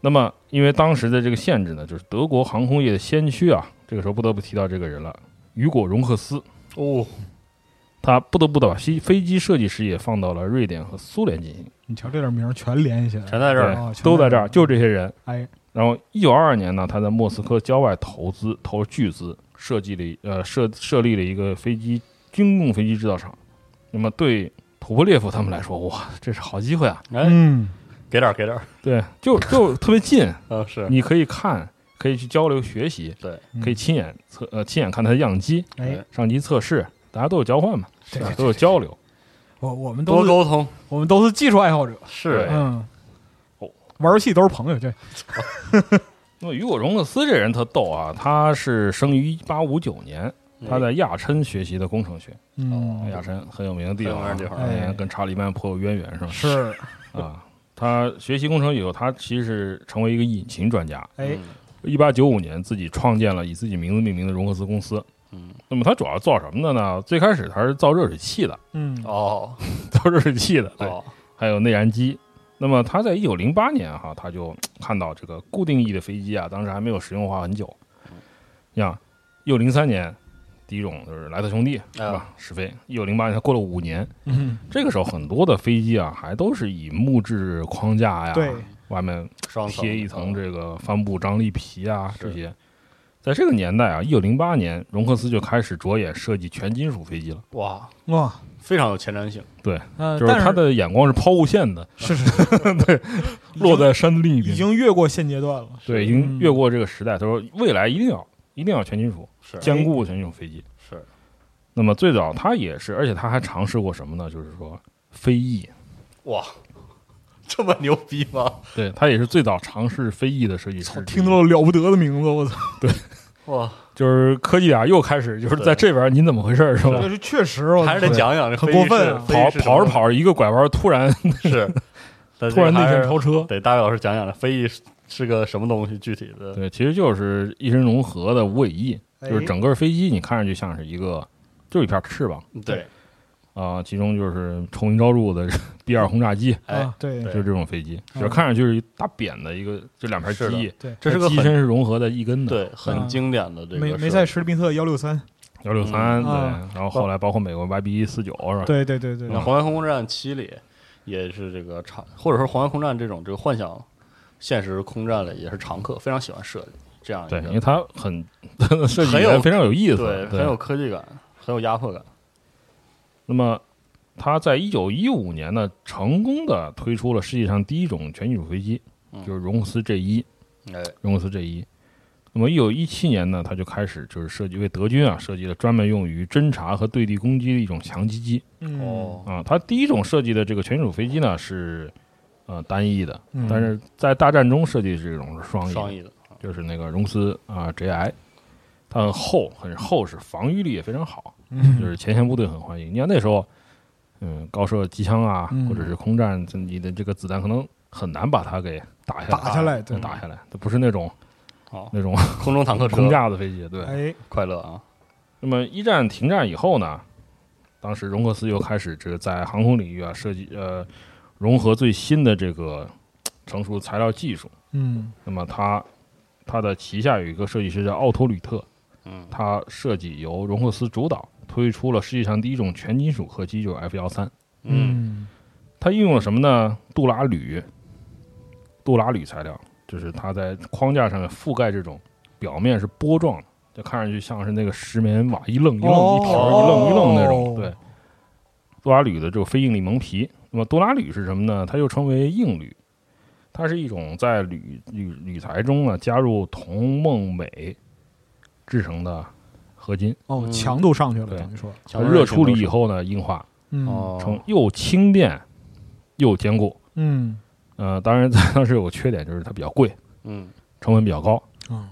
那么，因为当时的这个限制呢，就是德国航空业的先驱啊，这个时候不得不提到这个人了——雨果·容赫斯。
哦，
他不得不地把飞飞机设计师也放到了瑞典和苏联进行，
你瞧这点名儿全联系起来了，
全在这儿
对
哦全
都在这儿，就这些人。
哎，
然后，一九二二年呢，他在莫斯科郊外投资投了巨资，设计了一呃设设立了一个飞机军用飞机制造厂。那么，对图波列夫他们来说，哇，这是好机会啊！
哎，
嗯，
给点儿给点儿，
对，就就特别近，
嗯是，
你可以看，可以去交流学习，
对，
嗯
可以亲眼测呃亲眼看它的样机，
哎，
上机测试，大家都有交换嘛，
对
吧
对
都有交流。
我我们
多
都是
沟通
我们都是技术爱好者，
是
对
嗯
哦，
玩游戏都是朋友，这
那么雨果·荣克斯这人特逗啊，他是生于一八五九年，他在亚琛学习的工程学，
嗯
亚琛很有名的地方
很有
啊，
名的地方
当年
哎
跟查理曼颇有渊源 是吧？
是，
啊，他学习工程以后，他其实是成为一个引擎专家。
哎，
一八九五年，自己创建了以自己名字命名的荣克斯公司。
嗯，
那么他主要造什么的呢？最开始他是造热水器的，
嗯，
哦
造热水器的，对，
哦
还有内燃机。那么他在一九零八年哈，他就看到这个固定翼的飞机啊，当时还没有实用化很久。像一九零三年，第一种就是莱特兄弟是吧？试飞。一九零八年，它过了五年，
嗯，
这个时候很多的飞机啊，还都是以木质框架哎呀，
对，
外面
双层
贴一层
嗯
这个帆布张力皮啊
是
这些。在这个年代啊，一九零八年，荣克斯就开始着眼设计全金属飞机了，
哇，
哇，
非常有前瞻性，
呃
就是
但
他的眼光是抛物线的，
是是是已经
落在山的另一边
已。经越过现阶段了，
对，已
嗯
经越过这个时代。他说，未来一定要一定要全金属，
是
坚固全金属飞机。
是，
那么最早他也是，而且他还尝试过什么呢？就是说飞翼，
哇，这么牛逼吗？
对他也是最早尝试飞翼的设计师。
听到了了不得的名字，我操，
哇，
就是科技啊，又开始就是在这边，您怎么回事儿是吧
这？是确实，我操
还是得讲讲这
哦很
飞机
过分
是
啊
飞
跑
机是
跑着
什么
跑着一个拐弯，突然
是，但
突然
这个
内
还
线
是
超车。
得大卫老师讲讲这飞翼是是个什么东西，具体的
对，其实就是一身融合的无尾翼，
哎
就是整个飞机你看上去像是一个，就是一片翅膀
对，
啊、其中就是臭名昭著的 B 二轰炸机，
哎
啊，，对
对
就是这种飞机，
嗯
就是看上去是一大扁的一个，就两片机
是
翼，
对，
这是个
机
很
身是融合在一根的，
对很
嗯
经典的这
梅
个
梅
设
赛
计，
施宾特幺六三，
幺六三
嗯
对
啊，
然后后来包括美国 YB 四九是吧？
对对对对
哦
那，黄原空战七里也是这个常，或者说黄原空战这种这个幻想现实空战里也是常客，非常喜欢设计这样一
对，
个
因为它很 它的设计
很有
也非常有意思，
对很有科技感，很有压迫感，
那么。他在一九一五年呢，成功的推出了世界上第一种全金属飞机，
嗯
就是荣克斯 J 一，
哎，
荣克斯 J 一。那么一九一七年呢，他就开始就是设计为德军啊设计了专门用于侦察和对地攻击的一种强击机
嗯，
哦，
啊。它第一种设计的这个全金属飞机呢是呃单翼的，
嗯
但是在大战中设计这种是双翼，
双翼的，
就是那个荣斯啊 JI，它很厚很厚实，防御力也非常好，
嗯
就是前线部队很欢迎。你看那时候，嗯，高射机枪啊，
嗯
或者是空战，这你的这个子弹可能很难把它给打下来，
打下来，对
嗯，打下来，它不是那种
好，
那种
啊空中坦克车
空架子飞机，对。
哎，
快乐啊，
那么一战停战以后呢，当时荣克斯又开始这个在航空领域啊设计呃融合最新的这个成熟材料技术。
嗯
那么他他的旗下有一个设计师叫奥托吕特，
嗯，
他设计由荣克斯主导推出了世界上第一种全金属客机，就是 F 幺三。
嗯，
它运用了什么呢？杜拉铝，杜拉铝材料，就是它在框架上面覆盖这种表面是波状的，就看上去像是那个石棉瓦一愣一愣
哦
一条一愣一愣那
哦
种。对，杜拉铝的这个非应力蒙皮。那么杜拉铝是什么呢？它又称为硬铝，它是一种在铝铝铝材中呢加入铜锰镁制成的合金，
哦，
嗯
强度上去了，
对
等于说，
它热处理以后呢硬化，
嗯
哦，
成又轻便又坚固。
嗯
呃，当然当时有个缺点，就是它比较贵，
嗯
成本比较高。
嗯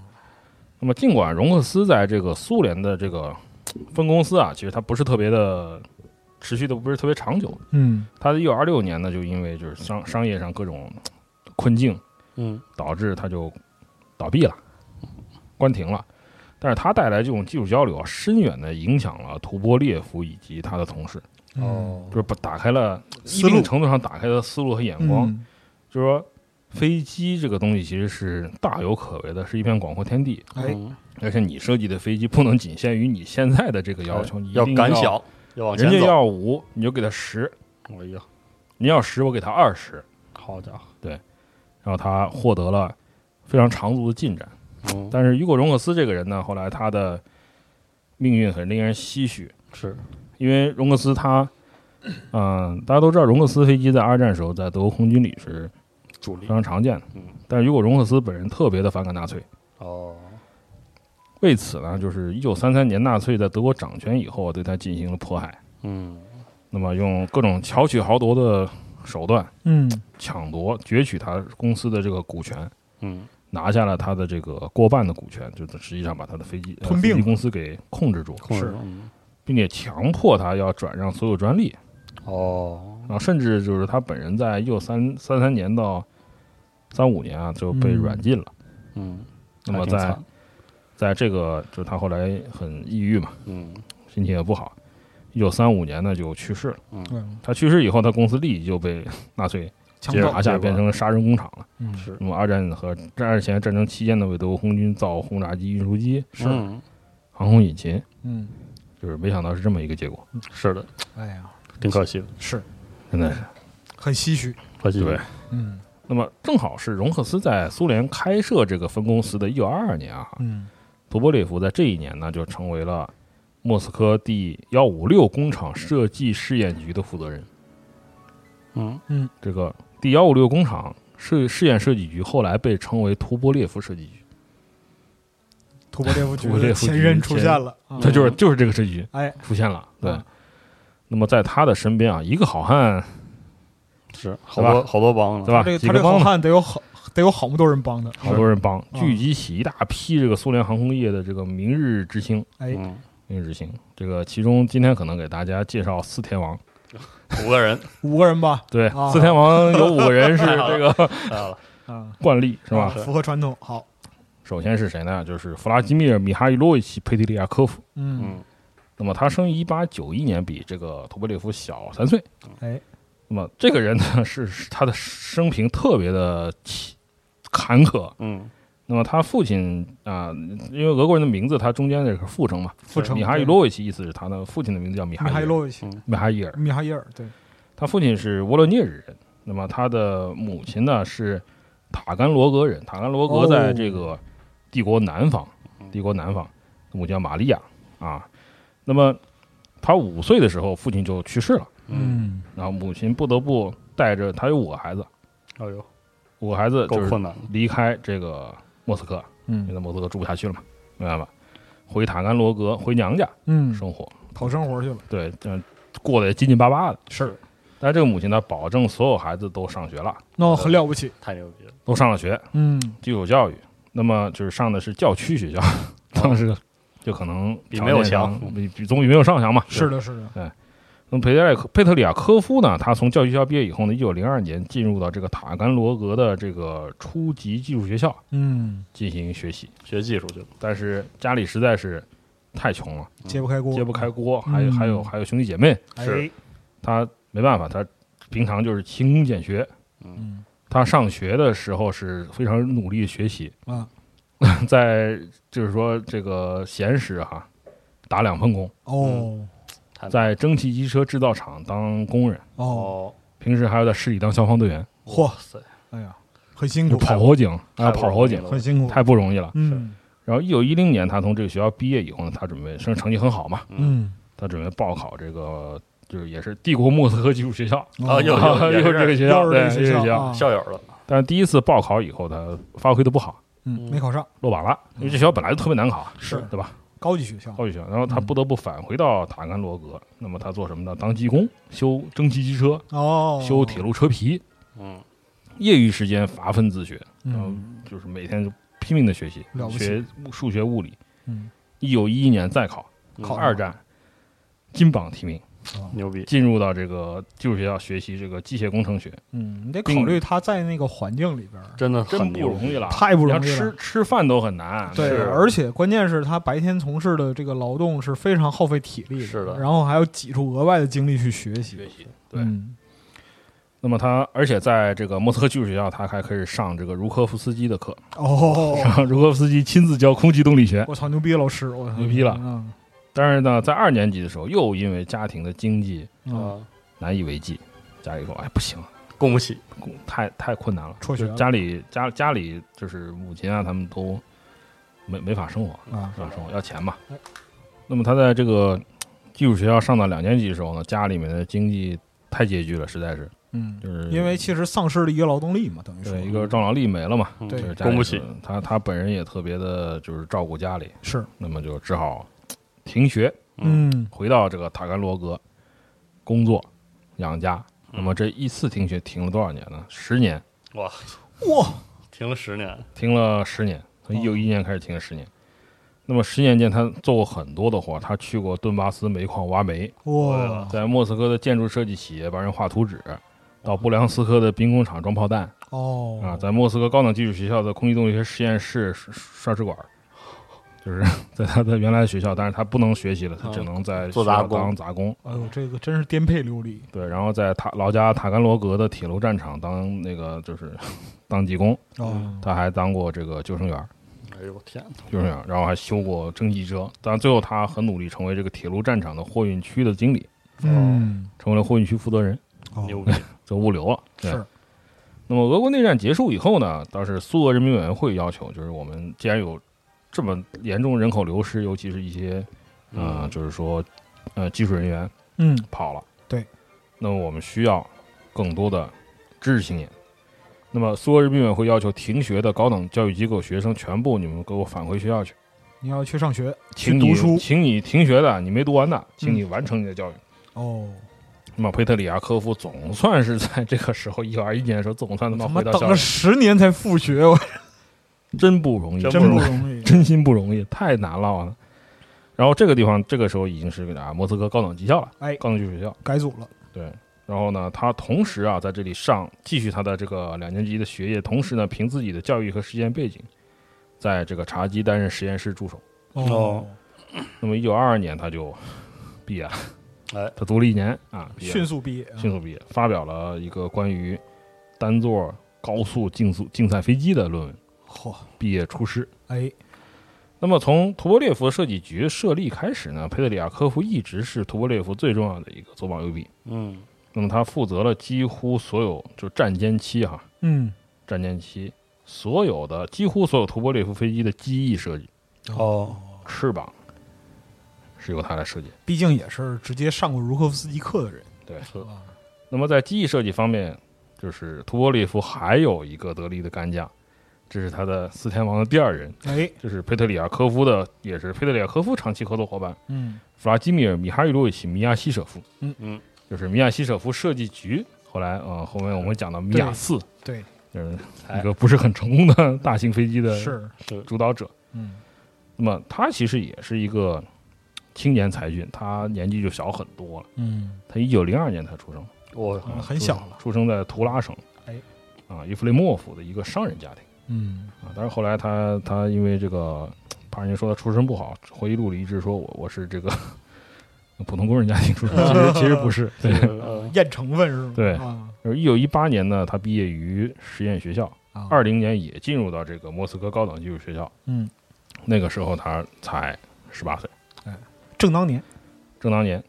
那么，尽管荣克斯在这个苏联的这个分公司啊，其实它不是特别的持续的，不是特别长久。
嗯
它一九二六年呢，就因为就是商商业上各种困境，
嗯
导致它就倒闭了，关停了。但是它带来这种技术交流啊，深远的影响了图波列夫以及他的同事，
哦
就是把打开了一
思路
定程度上打开了思路和眼光。
嗯
就是说，飞机这个东西其实是大有可为的，是一片广阔天地。
哎，
嗯
而且你设计的飞机不能仅限于你现在的这个要求，你一
哎要
定
敢，想，要往前
人
走。
家要五，你就给他十；
哎呀，
你要十，我给他二十。
好家伙，
然后他获得了非常长足的进展。
嗯，
但是雨果·容克斯这个人呢，后来他的命运很令人唏嘘，
是
因为容克斯他，嗯、大家都知道，容克斯飞机在二战时候在德国空军里是
主
非
力
常常见的
嗯，
但是雨果·容克斯本人特别的反感纳粹。
哦，
为此呢，就是一九三三年纳粹在德国掌权以后，啊对他进行了迫害。
嗯
那么用各种巧取豪夺的手段
嗯
抢夺、攫取他公司的这个股权，
嗯
拿下了他的这个过半的股权，就是实际上把他的飞机呃
吞并了
飞机公司给控制住，
控制
是
住嗯
并且强迫他要转让所有专利，
哦，
然后甚至就是他本人在一九三三三年到三五年啊就被
嗯
软禁了。
嗯，
那么
还挺
在
惨
在这个就是他后来很抑郁嘛，
嗯
心情也不好，一九三五年呢就去世了。
嗯
嗯，
他去世以后，他公司利益就被 纳粹
强
接着
暴
拿下，变成了杀人工厂了。
嗯
是
那么二战和二前战争期间呢，为德国空军造轰炸机、运输机、
嗯
航空引擎，
嗯，
就是没想到是这么一个结果，
是的，
哎呀，
挺可惜的，
是
真的是
很唏嘘。
可惜
对。
嗯
那么正好是容克斯在苏联开设这个分公司的1922年啊，
嗯
图波列夫在这一年呢就成为了莫斯科第幺五六工厂设计试验局的负责人。
嗯
这个第幺五六工厂试试验设计局后来被称为图波列夫设计局，
图波列夫
图波列
局
夫
前
局
任出
前
现了，啊
它就是就是这个设计局
哎，
出现了。对
嗯，
那么在他的身边啊，一个好汉
是好多好多帮了，
对吧？
啊这个
几
他这
个
个好
帮
汉得有好得有好多人帮他，
好多人帮，
嗯
聚集起一大批这个苏联航空业的这个明日之星，
哎，
嗯，
明日之星。这个其中今天可能给大家介绍四天王，
五个人
五个人吧，
对，
啊
四天王有五个 人是这个
太好了，
啊，
惯例是
啊
吧？
符合传统，好，
首先是谁呢？就是弗拉基米尔·米哈伊洛维奇·佩特里亚科夫。
嗯
嗯
那么他生于一八九一年，比这个图波列夫小三岁。
哎，
那么这个人呢，是是他的生平特别的凄坎坷。
嗯，
那么他父亲啊、因为俄国人的名字，他中间这个复称嘛，
傅成
米哈伊
对
洛维奇意思是他的父亲的名字叫米哈
米哈伊
伊嗯
洛维奇，
米哈伊尔，
米哈伊尔，对，
他父亲是沃罗涅日人，那么他的母亲呢是塔甘罗格人，塔甘罗格在这个帝国南方，
嗯
帝国南方，母亲叫玛利亚啊。那么他五岁的时候，父亲就去世了，
嗯，
然后母亲不得不带着他有五个孩子，
哎呦，
五个孩子
够
就是
困难的，
离开这个莫斯科，因为
嗯
在莫斯科住不下去了嘛，明白吧？回塔甘罗格，回娘家
嗯，
生活，
讨生活去了，
对，嗯，过得也紧紧巴巴的。
是，
但是这个母亲呢，保证所有孩子都上学了，
那很了不起，
太牛逼了，
都上了学，
嗯，
基础教育。那么就是上的是教区学校，当时就可能
比没有
条件上
强
比比总比没有上强嘛。
是。的，是嗯的，
那么佩特里克佩特里亚科夫呢，他从教区学校毕业以后呢，一九零二年进入到这个塔甘罗格的这个初级技术学校
嗯，
进行学习，
学技术去了，
但是家里实在是太穷了，
揭不开锅，
揭不开锅，
嗯
还有还有还有兄弟姐妹，
哎，
是
他没办法，他平常就是勤工俭学，
嗯
他上学的时候是非常努力学习，
啊，
在就是说这个闲时哈、打两份工，嗯
哦
太难
在蒸汽机车制造厂当工人，
哦，
哦，
平时还要在市里当消防队员，
嚯
哇塞，
哎呀，很辛
就
苦，
跑火警啊，
太
跑火
不
警
容易了
很辛苦，
太不容易了。
嗯
然后一九一零年他从这个学校毕业以后呢，他准备升成绩很好嘛，
嗯，
他准备报考这个就是也是帝国莫斯科技术学 校，
啊又
又
有
是
也是
这个嗯哦学校，
又是这个
对，又是这
学
个学
校
校。
啊，
校友了，
但是第一次报考以后，他发挥的不好，
嗯，没考上，
落榜了，因为这学校本来就特别难考，
嗯是
对吧？
高级学校，
高级学校，然后
嗯
他不得不返回到塔甘罗格。那么他做什么呢？当技工，修蒸汽机车，
哦，
修铁，路车皮。
嗯，
业余时间乏分自学，
嗯
就是每天就拼命的学习
了，不起
学数学、物理。
嗯，
一九一一年再考，靠二战金榜题名，
牛逼，
进入到这个技术学校学习这个机械工程学，
嗯，你得考虑他在那个环境里边儿，
真的
真
很
不
牛
容易了，
太不
你啊要
容易
吃
了。
吃饭都很难，啊
对，
是
而且关键是他白天从事的这个劳动是非常耗费体力
是的
然后还要挤出额外的精力去学习。
学习对。
嗯
那么他，而且在这个莫斯科技术学校，他还可以上这个茹科夫斯基的课，
哦，
茹科夫斯基亲自教空气动力学。
我操，牛逼，老师，我操，
牛逼了
嗯
但是呢，在二年级的时候，又因为家庭的经济
嗯，
啊，
难以为继，家里说：“哎，不行，
供不起，
工太太困难了。”
辍学
就家里家家里就是母亲啊，他们都没没法生活，
啊
没法生活要钱嘛。那么他在这个技术学校上到两年级的时候呢，家里面的经济太拮据了，实在是
嗯，
就是
因为其实丧失了一个劳动力嘛，等于说
对一个壮劳力没了嘛，
嗯
对
就是家里
供不起，
他他本人也特别的就是照顾家里，
是，
那么就只好停学
嗯
回到这个塔甘罗格工作养家。那
嗯
么这一次停学停了多少年呢？十年，
哇，
哇，
停了十年，
停了十年，从
哦
一九一一年开始停了十年。那么十年间，他做过很多的活儿，他去过顿巴斯煤矿挖煤，
哇，
在莫斯科的建筑设计企业帮人画图纸，到布良斯克的兵工厂装炮弹
哦
啊，在莫斯科高等技术学校的空气动力学实验室刷刷试管儿，就是 在他的原来的学校，但是他不能学习了，他只能在
哦做
学校
杂工
当杂工。
哎呦，这个真是颠沛流离，
对，然后在塔老家塔甘罗格的铁路站厂当那个就是 当技工，
哦，
他还当过这个救生员儿，
哎呦我天哪，
救生员儿，然后还修过蒸汽车。但最后他很努力，成为这个铁路站厂的货运区的经理，
嗯，
成为了货运区负责人，
哦
哦牛逼，
做物流了。对
是。
那么俄国内战结束以后呢，倒是苏俄人民委员会要求，就是我们既然有这么严重人口流失，尤其是一些嗯、呃
嗯，
就是说呃技术人员
嗯，
跑了。
对，
那么我们需要更多的知识青年。那么苏俄人民委员会要求停学的高等教育机构学生全部你们给我返回学校去，
你要去上学
请
读
你
书嗯
请你停学的，你没读完的，请你完成你的教育。
哦，
那么佩特里亚科夫总算是在这个时候，一九二一年的时候，总算他
他
妈
妈
回到
等
校
了
里，
十年才复学，我
真不容易，
真
真
不
不
容易
容易，
真心不容易，太难了啊。然后这个地方，这个时候已经是啊莫斯科高等技校了，
哎
高等技术学校。
改组了，
对，然后呢，他同时啊，在这里上继续他的这个两年级的学业，同时呢，凭自己的教育和实践背景，在这个茶几担任实验室助手。
哦，
那么，一九二二年他就毕业了，
哎，
他读了一年啊，毕业
迅速毕业，
迅速毕业，发表了一个关于单座高速竞速竞赛飞机的论文，
嚯，
毕业出师。
哎，
那么，从图波列夫设计局设立开始呢，佩德里亚科夫一直是图波列夫最重要的一个左膀右臂。
嗯，
那么，他负责了几乎所有就战间期哈、
嗯，
战舰期所有的几乎所有图波列夫飞机的机翼设计、
哦，
翅膀是由他来设计。
毕竟也是直接上过茹科夫斯基课的人，
对，
是
啊
那么在机翼设计方面，就是图波列夫还有一个得力的干将，这是他的四天王的第二人，
哎，
就是佩特里亚科夫的，也是佩特里亚科夫长期合作伙伴
嗯，
弗拉基米尔·米哈伊洛维奇·米亚西舍夫。
嗯
嗯，
就是米亚西舍夫设计局。后来，呃，后面我们讲到米亚四，
对，
就是一个不是很成功的大型飞机的
是，
主导者。
嗯，
那么他其实也是一个青年才俊，他年纪就小很多了。
嗯，
他一九零二年才出生，
我
啊很小了，
出生在图拉省，
哎，
啊，伊夫雷莫夫的一个商人家庭
嗯，
啊。但是后来他他因为这个，怕人家说他出身不好，回忆录里一直说我我是这个普通工人家庭出身，其实其实不是。对，
嗯
验成分是吗？
对
啊，
就是一九一八年呢，他毕业于实验学校，
啊
二零年也进入到这个莫斯科高等技术学校，
嗯，
那个时候他才十八岁。
正当年，
正当年。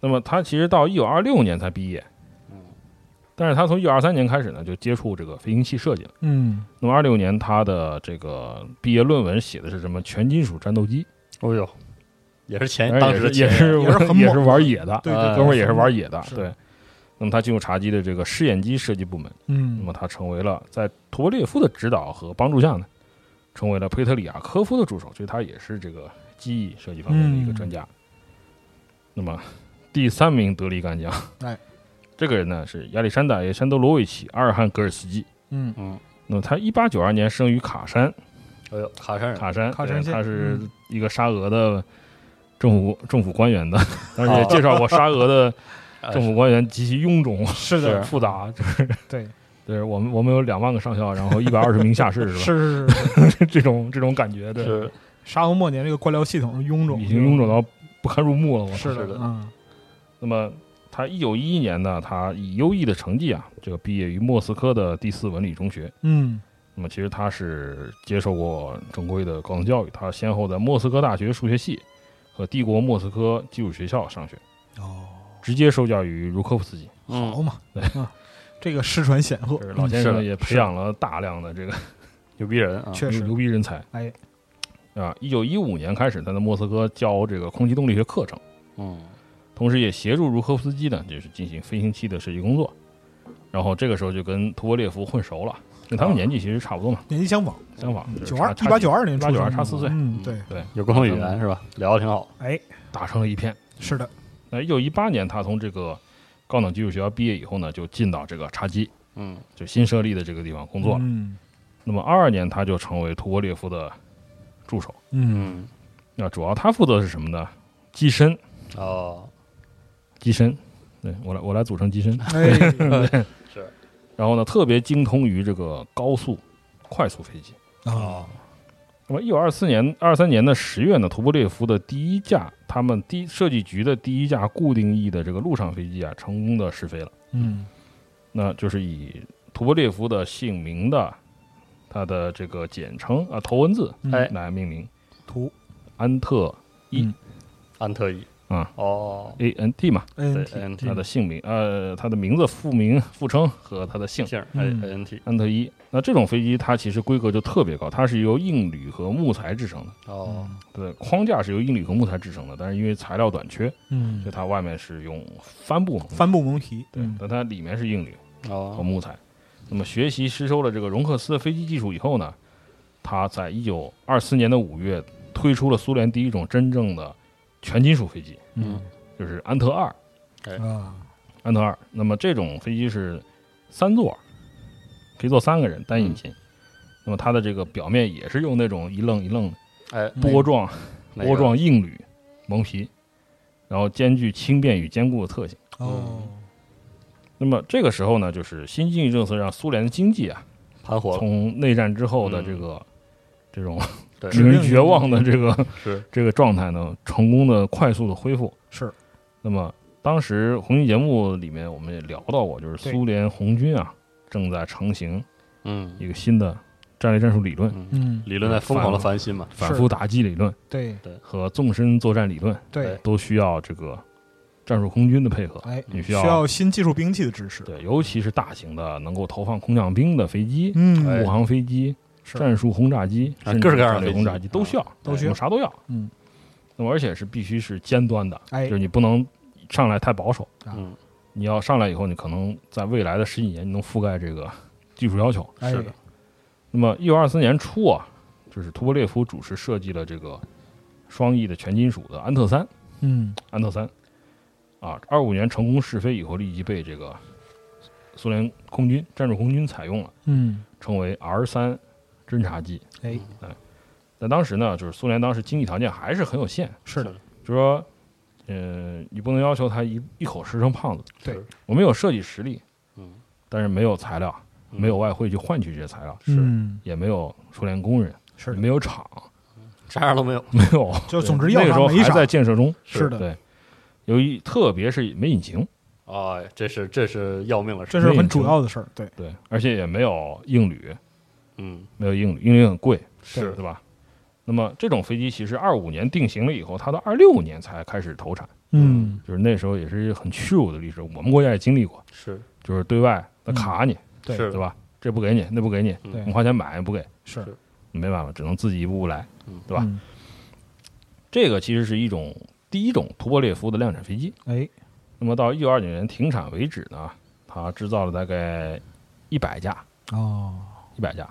那么他其实到一九二六年才毕业，
嗯，
但是他从一九二三年开始呢，就接触这个飞行器设计了。
嗯，
那么二六年他的这个毕业论文写的是什么全金属战斗机，
哦呦，也是
哎
前
当
当时的
然哎也
前
是
也是很猛
也是玩野的，
对
哎
对，
呃哥们儿也是玩野的，
是
对。那么他进入茶几的这个试验机设计部门，那
嗯，
么他成为了在图波列夫的指导和帮助下呢，成为了佩特里亚科夫的助手，所以他也是这个机翼设计方面的一个专家。
嗯
那么第三名得力干将，
哎，
这个人呢是亚历山大·耶山德罗维奇·阿尔汉格尔斯基。
嗯，
嗯，
那么他一八九二年生于卡山，
哎呦，卡山人，
卡山，
卡山
对
县
他是
嗯
一个沙俄的政府政府官 员的，当然也介绍过沙俄的
哎
政府官员极其臃肿、
哦是
的
复杂。就是
对，
对我们我们有两万个上校，然后一百二十名下士，
是
是吧？
是是，
这种这种感觉，对，
是
沙俄末年这个官僚系统是臃肿，
已经臃肿到不堪入目了。我
是
是
的
的，
嗯，
那么他一九一一年呢，他以优异的成绩啊，这个毕业于莫斯科的第四文理中学。
嗯，
那么其实他是接受过正规的高等教育，他先后在莫斯科大学数学系和帝国莫斯科技术学校上学，
哦，
直接受教于茹科夫斯基。
嗯
好嘛，啊，这个失传显赫
这，是老
嗯
先
是
生
的
也培养了大量的这个
牛逼人啊，
确
牛
实，
牛逼人才。
哎，
啊，一九一五年开始，他在莫斯科教这个空气动力学课程，
嗯
同时也协助茹科夫斯基呢，就是进行飞行器的设计工作。然后这个时候就跟图波列夫混熟了，跟他们年纪其实差不多嘛，
年纪相仿，
相仿，
九二一八九
二，
二年出生的，
1892差四岁
嗯，对，
有共同语言是吧？聊的挺好，
哎，
打成了一片。
是的，
那一九一八年，他从这个高等技术学校毕业以后呢，就进到这个叉机，
嗯
就新设立的这个地方工作了。
嗯
那么二二年，他就成为图波列夫的助手。
嗯，
嗯
那主要他负责的是什么呢？机身，
哦，
机身，对我来我来组成机身。
哎，
然后呢，特别精通于这个高速、快速飞机。
哦
啊，
那么，一九二四年、二三年的十月呢，图波列夫的第一架他们第设计局的第一架固定翼的这个陆上飞机啊，成功的试飞了。
嗯，
那就是以图波列夫的姓名的它的这个简称啊头文字
嗯
哎
来命名，
图
安特
安特伊
啊
哦，
A N T 嘛，
对
N T，
，N T
它的姓名呃它的名字、复名、复称和它的姓
姓儿哎
嗯
，N T
安特一。那这种飞机它其实规格就特别高，它是由硬铝和木材制成的。
哦，
对，框架是由硬铝和木材制成的，但是因为材料短缺，所以
嗯，
它外面是用帆布蒙的，
帆布蒙皮，
对
嗯，
但它里面是硬铝和
哦，
木材。那么学习吸收了这个容克斯的飞机技术以后呢，他在一九二四年的五月推出了苏联第一种真正的全金属飞机，
嗯
就是安特二。
啊，
安特二，那么这种飞机是三座，可以坐三个人单引擎。那么它的这个表面也是用那种一愣一愣的
哎，
波状
那
波
个
状硬铝蒙皮，然后兼具轻便与坚固的特性。
哦，
那么这个时候呢，就是新经济政策让苏联的经济啊
盘活了，
从内战之后的这个、这种
嗯对
令人绝望的这个
是
这个状态呢，成功的快速的恢复。
是，
那么当时红军节目里面我们也聊到过，就是
对
苏联红军啊正在成型
嗯
一个新的战略战术理论，
嗯，
嗯，
理论在疯狂的翻新嘛，
反复打击理论
对
和纵深作战理论
对，
都需要这个战术空军的配合。
哎，
嗯
你需
需
要
要新技术兵器的支持，
对，尤其是大型的能够投放空降兵的飞机、
嗯，
哎
护航飞机、
是
战术轰炸机，
啊
甚
各式各
至
样的
战略
飞
轰
机啊
炸机都需要，哎
都需要
我们啥都要。
嗯，
那么而且是必须是尖端的，
哎
就是你不能上来太保守，
嗯，
你要上来以后，你可能在未来的十几年你能覆盖这个技术要求。
哎
是的，
那么一九二四年初啊，就是图波列夫主持设计了这个双翼的全金属的安特三，
嗯，
安特三啊，二五年成功试飞以后，立即被这个苏联空军战术空军采用了。
嗯，
称为 R 三侦察机。
哎，
但当时呢，就是苏联当时经济条件还是很有限，
是
的
的，
就是说，呃，你不能要求他一一口吃成胖子。
对
是，
我们有设计实力，
嗯，
但是没有材料，
嗯
没有外汇去换取这些材料，
嗯，
也没有苏联工人，
是的，
没有厂，
啥样都没有，
没有，
就总之要
那个
啥
时候
没
还
啥
在建设中。
是的，
对，由于特别是没引擎，
啊，这是这是要命了，
这是很主要的事儿，对，
对，而且也没有硬铝，
嗯
没有硬铝，硬铝很贵，
是
对吧？那么这种飞机其实二五年定型了以后，它到二六年才开始投产。
嗯，
就是那时候也是一个很屈辱的历史，我们国家也经历过，
是
就是对外他卡你，
对
是嗯
对
的，
吧？这不给你，那不给你，
对
我们花钱买也不给，
是
是
没办法，只能自己一步步来，
嗯
对吧？
嗯
这个其实是一种第一种图波列夫的量产飞机。
哎，
那么到一九二九年停产为止呢，它制造了大概一百架，
哦，
一百架。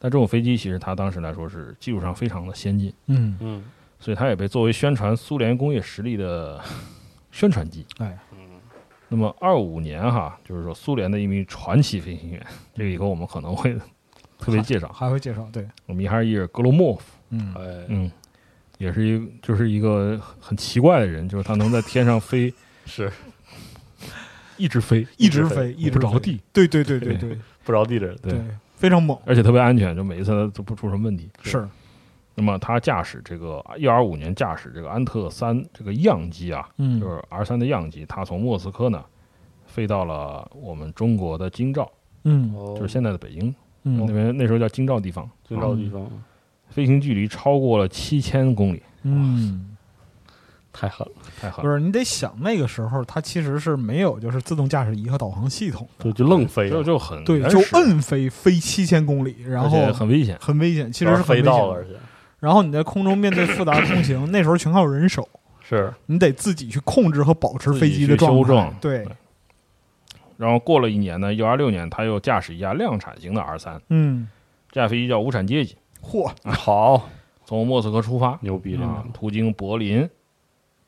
但这种飞机其实它当时来说是技术上非常的先进，
嗯，
嗯
所以它也被作为宣传苏联工业实力的 宣传机。
哎，
嗯
那么二五年哈，就是说苏联的一名传奇飞行员，这个以后我们可能会特别介绍。
还会介绍，对，
我们一还是伊尔格罗莫夫，
嗯，
哎
嗯，也是一就是一个很奇怪的人，就是他能在天上飞，
是
一直飞，
一
直
直
飞
飞，一
不
直
着
飞。
地，
对对 对对
对
对
不着地的人。
对，
非常猛。
而且特别安全，就每一次他都不出什么问题。
是，
那么他驾驶这个一二五年驾驶这个安特三这个样机啊，
嗯
就是 R 三的样机，它从莫斯科呢飞到了我们中国的京兆，
嗯
哦
就是现在的北京
嗯
那边，那时候叫京兆地方，嗯
最高的地方
飞行距离超过了七千公里，
嗯，
太狠了，
太狠
不
了。
是你得想那个时候它其实是没有就是自动驾驶仪和导航系统的，
就就愣飞
就
了，
就很
对，
原
就
始
摁飞飞七千公里，然
而
后
且很危险。
很危险，其
其
实是很
飞
危
到了，
险
而
的。
且
然后你在空中面对复杂空情，那时候全靠人手，
是
你得自己去控制和保持
自己
飞机的
去
状态。
修正
对，
然后过了一年呢，幺二六年，他又驾驶一架量产型的 R 三，
嗯，
这架飞机叫无产阶级，
嚯，
好
从莫斯科出发，
牛逼
啊
了，，
途经柏林、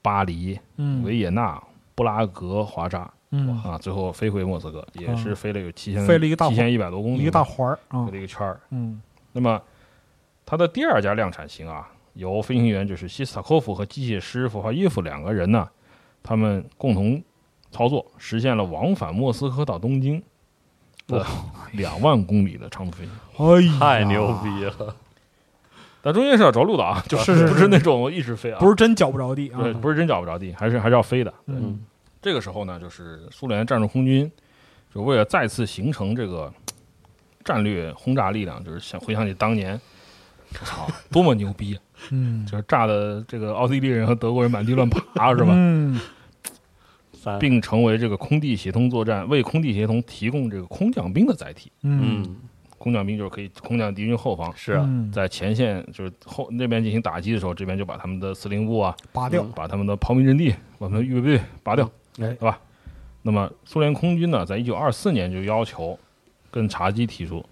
巴黎、
嗯
维也纳、布拉格、华沙
嗯，
啊，最后飞回莫斯科，也是飞了有七千，
飞了一个大
七千一百多公里，
一个大环儿啊
飞，了一个圈儿。
嗯
那么它的第二家量产型啊，由飞行员就是西斯塔科夫和机械师傅华耶夫两个人呢，他们共同操作，实现了往返莫斯科到东京的
哇
两万公里的长途飞行。
哎呀，
太牛逼了，
但中间是要着陆的啊，就是
是
不
是
是那种一直飞啊，
不是真脚不着地啊，
对，不是真脚不着地，还是还是要飞的。对
嗯
这个时候呢，就是苏联战术空军就为了再次形成这个战略轰炸力量，就是想回想起当年，我操，多么牛逼！啊
嗯，
就是炸的这个奥地利人和德国人满地乱爬，是吧？
嗯
三
并成为这个空地协同作战，为空地协同提供这个空降兵的载体。
嗯，
嗯
空降兵就是可以空降敌军后方，
是啊，
嗯
在前线就是后那边进行打击的时候，这边就把他们的司令部啊，
拔掉
嗯，
把他们的炮兵阵地，把他们的预备队拔掉，
哎
对吧？那么苏联空军呢，在一九二四年就要求跟察机提出，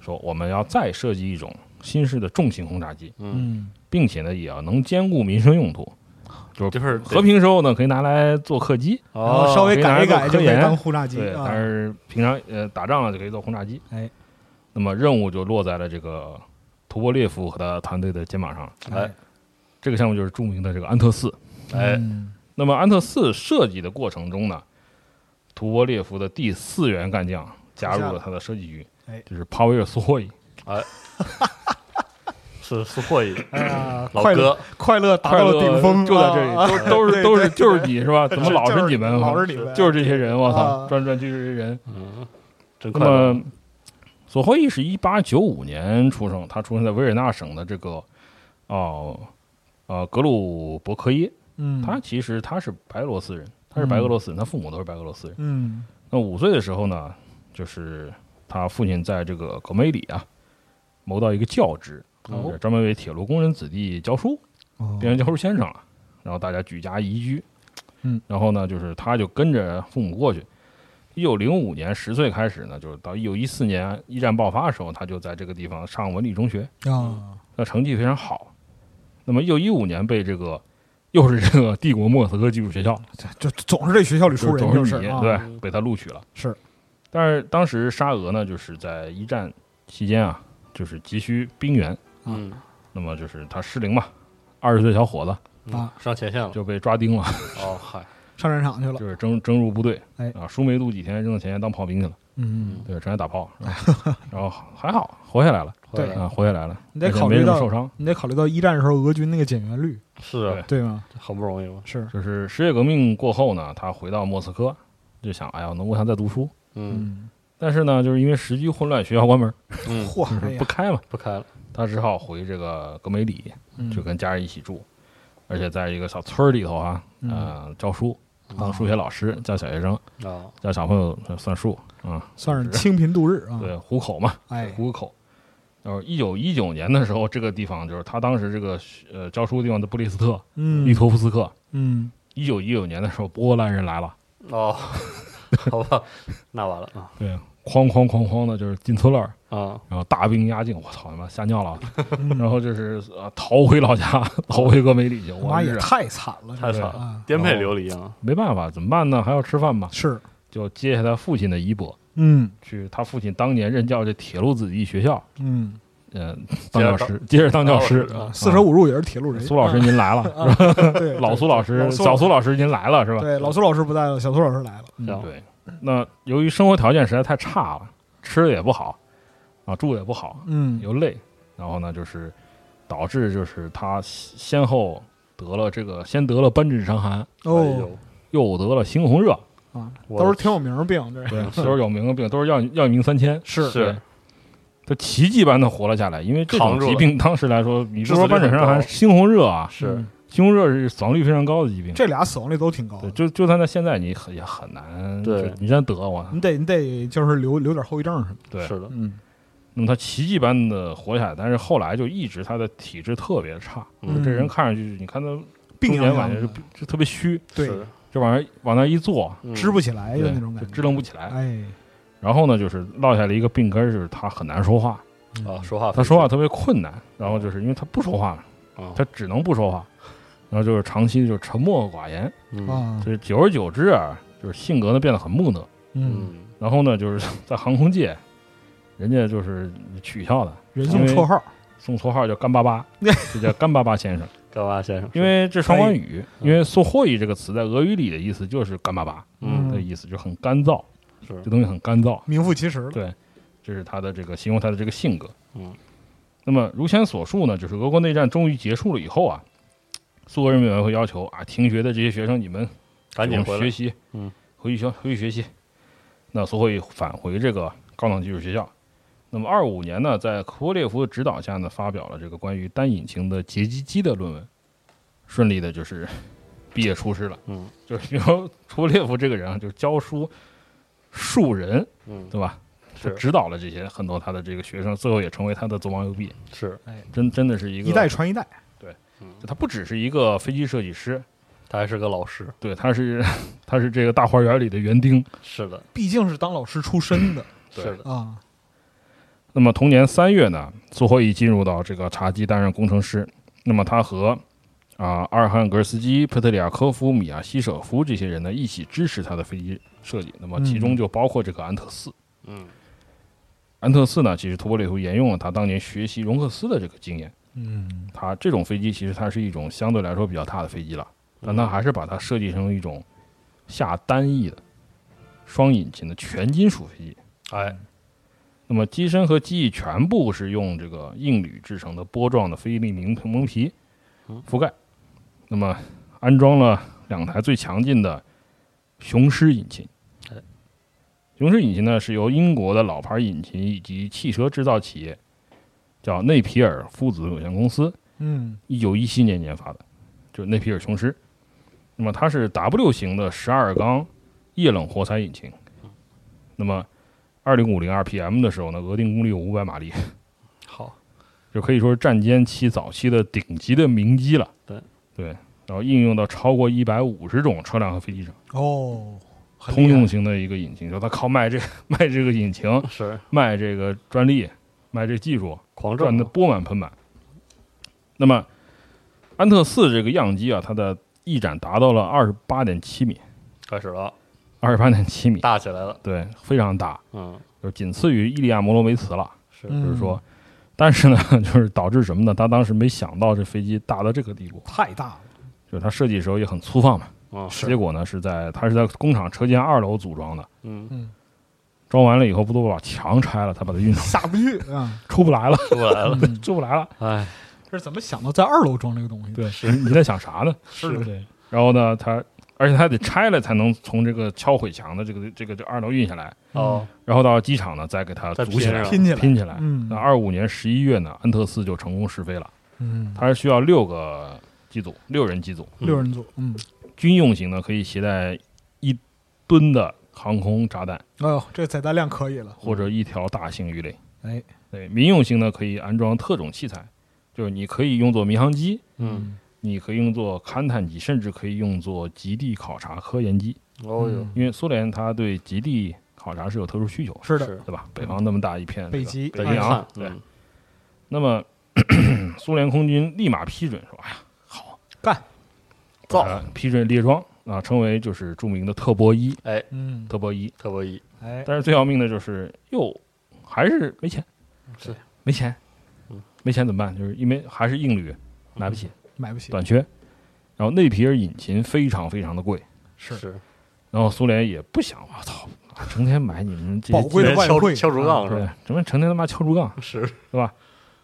说我们要再设计一种新式的重型轰炸机，
嗯，
嗯
并且呢，也要能兼顾民生用途。
就是
和平时候呢，可以拿来做客机，
然后
哦，
稍微改一改
哦
就可以
科研
当轰炸机
对，
啊
但，是平常呃打仗了就可以做轰炸机。
哎，
那么任务就落在了这个图波列夫和他团队的肩膀上了。
哎
这个项目就是著名的这个安特四。
哎
嗯
那么安特四设计的过程中呢，图波列夫的第四员干将加入了他的设计局
哎，
就是帕维尔苏霍伊。
是是霍 伊
哎呀，
老
快乐
哥，
快乐达到了顶峰，
就在这
啊
里，都都是都是就是你是吧？怎么老是你 们？啊
老是你们，
就是这些人，我操，
啊
转来转去就是这些人。
嗯，真
那
快乐，
么，索霍伊是一八九五年出生，他出生在维也纳省的这个哦呃格鲁伯科耶。
嗯，
他其实他是白俄罗斯人，他是白俄罗斯人，他父母都是白俄罗斯人。
嗯
那五岁的时候呢，就是他父亲在这个格梅里啊谋到一个教职，
哦
专门为铁路工人子弟教书，
哦
变成教书先生了。然后大家举家移居，
嗯，
然后呢，就是他就跟着父母过去。一九零五年十岁开始呢，就是到一九一四年一战爆发的时候，他就在这个地方上文理中学，
啊，
那成绩非常好。那么一九一五年被这个又是这个帝国莫斯科技术学校
这这总是这学校里出人
就
就是是
你
啊，
对，被他录取了。
是，
但是当时沙俄呢，就是在一战期间啊，就是急需兵员，
嗯
啊
那么就是他失灵嘛，二十岁小伙子
嗯上前线了，
就被抓丁了，
哦嗨，
上战场去了，
就是征征入部队，
哎
啊，书没读几天，扔到前线当炮兵去了，
嗯，
对，成天打炮， 然后还好活下来了
对
啊，活下来了，
你得
而且
考
没
虑
什么
到
受伤，
你得考虑到一战的时候俄军那个减员率，
是啊
对
对吗？
好不容易嘛，
是，
就是十月革命过后呢，他回到莫斯科，就想，哎呀，能不能再读书？
嗯
嗯，
但是呢，就是因为时机混乱，学校关门，
嗯，
嚯，哎呀，
不开嘛，
不开了，
他只好回这个格梅里，
嗯
就跟家人一起住，而且在一个小村儿里头啊，
嗯
呃，教书，当
啊
数学老师，教小学生，
啊，
教小朋友呃算数啊，
算是清贫度日啊，
对，糊口嘛，
哎，
糊口。然后一九一九年的时候，这个地方就是他当时这个呃教书的地方的布列斯特、
嗯
利，托夫斯克。
嗯，
一九一九年的时候，波兰人来了，
哦， 好吧，那完了啊
对，哐哐哐哐的，就是进村了，
啊，
然后大兵压境，我操他妈吓尿了，
嗯
然后就是呃逃回老家， 逃回格梅里去，
他
我
妈
日
也
啊
太惨了，
太惨了，
啊，
颠沛流离啊，
没办法，怎么办呢？还要吃饭嘛，
是，
就接下他父亲的衣钵，
嗯
去他父亲当年任教这铁路子弟学校，
嗯
呃，当教师，接着当教师。
啊，
四舍五入也是铁路人。
啊
啊
苏老师您来了， 是吧？
对，
老苏老师，
老苏
小苏老师您来了，是吧？
对，老苏老师不在了，小苏老师来了。
行
对，那由于生活条件实在太差了，吃的也不好，啊，住的也不好，
嗯，
又累，然后呢，就是导致就是他先后得了这个，先得了斑疹伤寒，
哎
哦
呦
又得了猩红热，
啊，
我
都是挺有名儿病，嗯这
对，都是有名的病，都是药药一命三千，
是
是
对他奇迹般的活了下来，因为这种
扛住了
疾病当时来说，你
致
不
死
说
率
斑疹
很
伤寒，
高
猩红热啊，
是
嗯
猩红热是死亡率非常高的疾病。
这俩死亡率都挺高
对，
的。
就就算在现在，你很也很难。
对
你真得我，
你得你得就是留留点后遗症什么的。
对，
是的，
嗯
那么他奇迹般的活下来，但是后来就一直他的体质特别差，
嗯
这人看上去你看他
病
中年
怏
晚
怏
年
的
就就特别虚，
对，
是的
就往那往那一坐，
嗯
支不起来的
对
那种感
就
觉，
支棱不起来。
哎，
然后呢，就是落下了一个病根儿，就是他很难说话，
啊，说话
他说话特别困难。然后就是因为他不说话，
啊，
他只能不说话，然后就是长期就沉默寡言，
嗯
啊，
所以久而久之啊，就是性格呢变得很木讷。
嗯，
嗯
然后呢，就是 在航空界，人家就是取笑他，
人
因
性
为
绰号，
送绰号叫干巴巴，就叫干巴巴先生，
干嘛先生，
因为这双关语，因为 “so h o y 这个词在俄语里的意思就是干巴巴
嗯
的意思，就很干燥，
是
这东西很干燥，
名副其实了。
对，这是他的这个形容他的这个性格。
嗯，
那么如前所述呢，就是俄国内战终于结束了以后啊，苏俄人民委员会要求啊，停学的这些学生你们
赶紧
给
回
我们学
来，
习，
嗯，
回去学回去学习。那苏会返回这个高等技术学校。那么二五年呢，在科波列夫的指导下呢，发表了这个关于单引擎的截击机的论文，顺利的就是 毕业出师了。
嗯，
就是因为科波列夫这个人啊，就是教书树人，
嗯
对吧？他
是
指导了这些很多他的这个学生，最后也成为他的左膀右臂，
是，嗯
真真的是一个
一代传一代，
他不只是一个飞机设计师，
他还是个老师，
对，他是 他是这个大花园里的园丁。
是的，
毕竟是当老师出身的
对
是的，
啊。
那么同年三月呢，苏霍伊进入到这个茶几担任工程师。那么他和啊、阿尔汉格尔斯基、佩特里亚科夫、米亚西舍夫这些人呢一起支持他的飞机设计。那么其中就包括这个安特四。
嗯
安特四呢，其实图波列夫沿用了他当年学习容克斯的这个经验。
嗯，
它这种飞机其实它是一种相对来说比较大的飞机了，但
嗯
它还是把它设计成一种下单翼的双引擎的全金属飞机。
哎，
那么机身和机翼全部是用这个硬铝制成的波状的菲利明蒙皮
嗯
覆盖，那么安装了两台最强劲的雄狮引擎
哎。
雄狮引擎呢是由英国的老牌引擎以及汽车制造企业叫内皮尔父子有限公司
嗯，
一九一七年研发的，就是内皮尔雄狮。那么它是 W 型的十二缸液冷活塞引擎。那么二零五零 RPM 的时候呢，额定功率有五百马力，
好，
就可以说是战歼七早期的顶级的名机了。
对
对，然后应用到超过一百五十种车辆和飞机上，
哦，很厉
通
害
用型的一个引擎，就它靠卖这 卖这个引擎，
是
卖这个专利，卖这个技术，
狂
赚
赚
的
哦
钵满盆满。那么，安特四这个样机啊，它的翼展达到了二十八点七米，
开始了，
二十八点七米，
大起来了，
对，非常大，
嗯，
就仅次于伊利亚摩罗维茨了。
是
嗯
就是说，但是呢， 就是导致什么呢？他当时没想到这飞机大到这个地步，
太大了，
就是他设计的时候也很粗放嘛。
嗯
哦是
结果呢，是在他是在工厂车间二楼组装的，
嗯，
嗯，
装完了以后不都把墙拆了，他把它运上，
下不去啊。嗯
出不 来了，
出来 了，
出不来了。
哎，
这是怎么想到在二楼装这个东西？
对，你在想啥呢？
是
对，
然后呢，他而且他得拆了才能从这个敲毁墙的这个这个这二楼运下来，
哦，
然后到机场呢再给它
再
组起来
拼
拼起来，
啊拼起来。
嗯
那二五年十一月呢，安特四就成功试飞了。
嗯，
它是需要六个机组，六人机组，
六人组，嗯，
军用型呢可以携带一吨的航空炸弹
哎呦，这载弹量可以了，
或者一条大型鱼雷。
哎，
对，民用型呢可以安装特种器材，就是你可以用作民航机，
嗯，
你可以用作勘探机，甚至可以用作极地考察科研机。
哦哟，
因为苏联它对极地考察是有特殊需求，
是哎的，
是
对吧？北方那么大一片
北
这个，
极，
北
极
京
洋
看，
对
嗯
那么 苏联空军立马批准说：“哎呀，好
干，
把它批准列装啊，成为就是著名的特波一，
嗯，
特波一。
特洛伊，
哎，嗯
但是最要命的就是又还是没钱，
是
没钱，没钱怎么办？就是因为还是硬铝，买不起，
买不起，
短缺。然后内皮尔引擎非常非常的贵，
是
是
然后苏联也不想，我操，成天买你们这些
宝贵
人
的
家
外
敲
汇
敲竹
啊
杠是
对
吧？，
怎么成天他妈敲竹杠，
是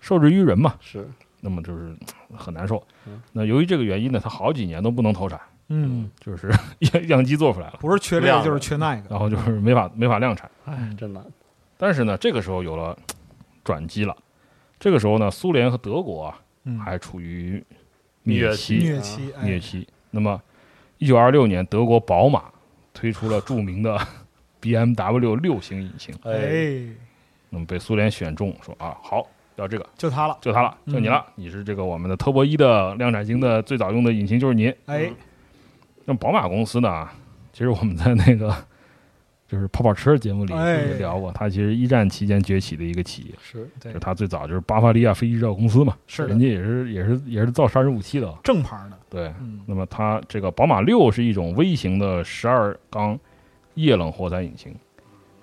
受制于人嘛，
是，
那么就是嗯很难受
嗯。
那由于这个原因呢，他好几年都不能投产，
嗯，
就是 样样机做出来了，哦
不是缺这
亮
个
的
就是缺那个，
然后就是没法没法量产。
哎，真难，
但是呢，这个时候有了嘖转机了。这个时候呢，苏联和德国啊
嗯，
还啊处于
蜜
灭
月
期
期
虐妻，哎
灭期。那么，一九二六年，德国宝马推出了著名的 BMW 六型引擎，
哎，
哎，
那么被苏联选中，说啊，好，要这个，
就他了，
就它了，就你了，
嗯
你是这个我们的特博一的量产型的最早用的引擎就是你。
哎，
那宝马公司呢，其实我们在那个就是泡泡车节目里
哎
也聊过，它其实一战期间崛起的一个企业，
是
对
就它最早就是巴伐利亚飞机制造公司嘛，
是的
人家也是也是也是造杀人武器的，
正牌的，
对。
嗯，
那么它这个宝马六是一种微型的十二缸液冷活塞引擎，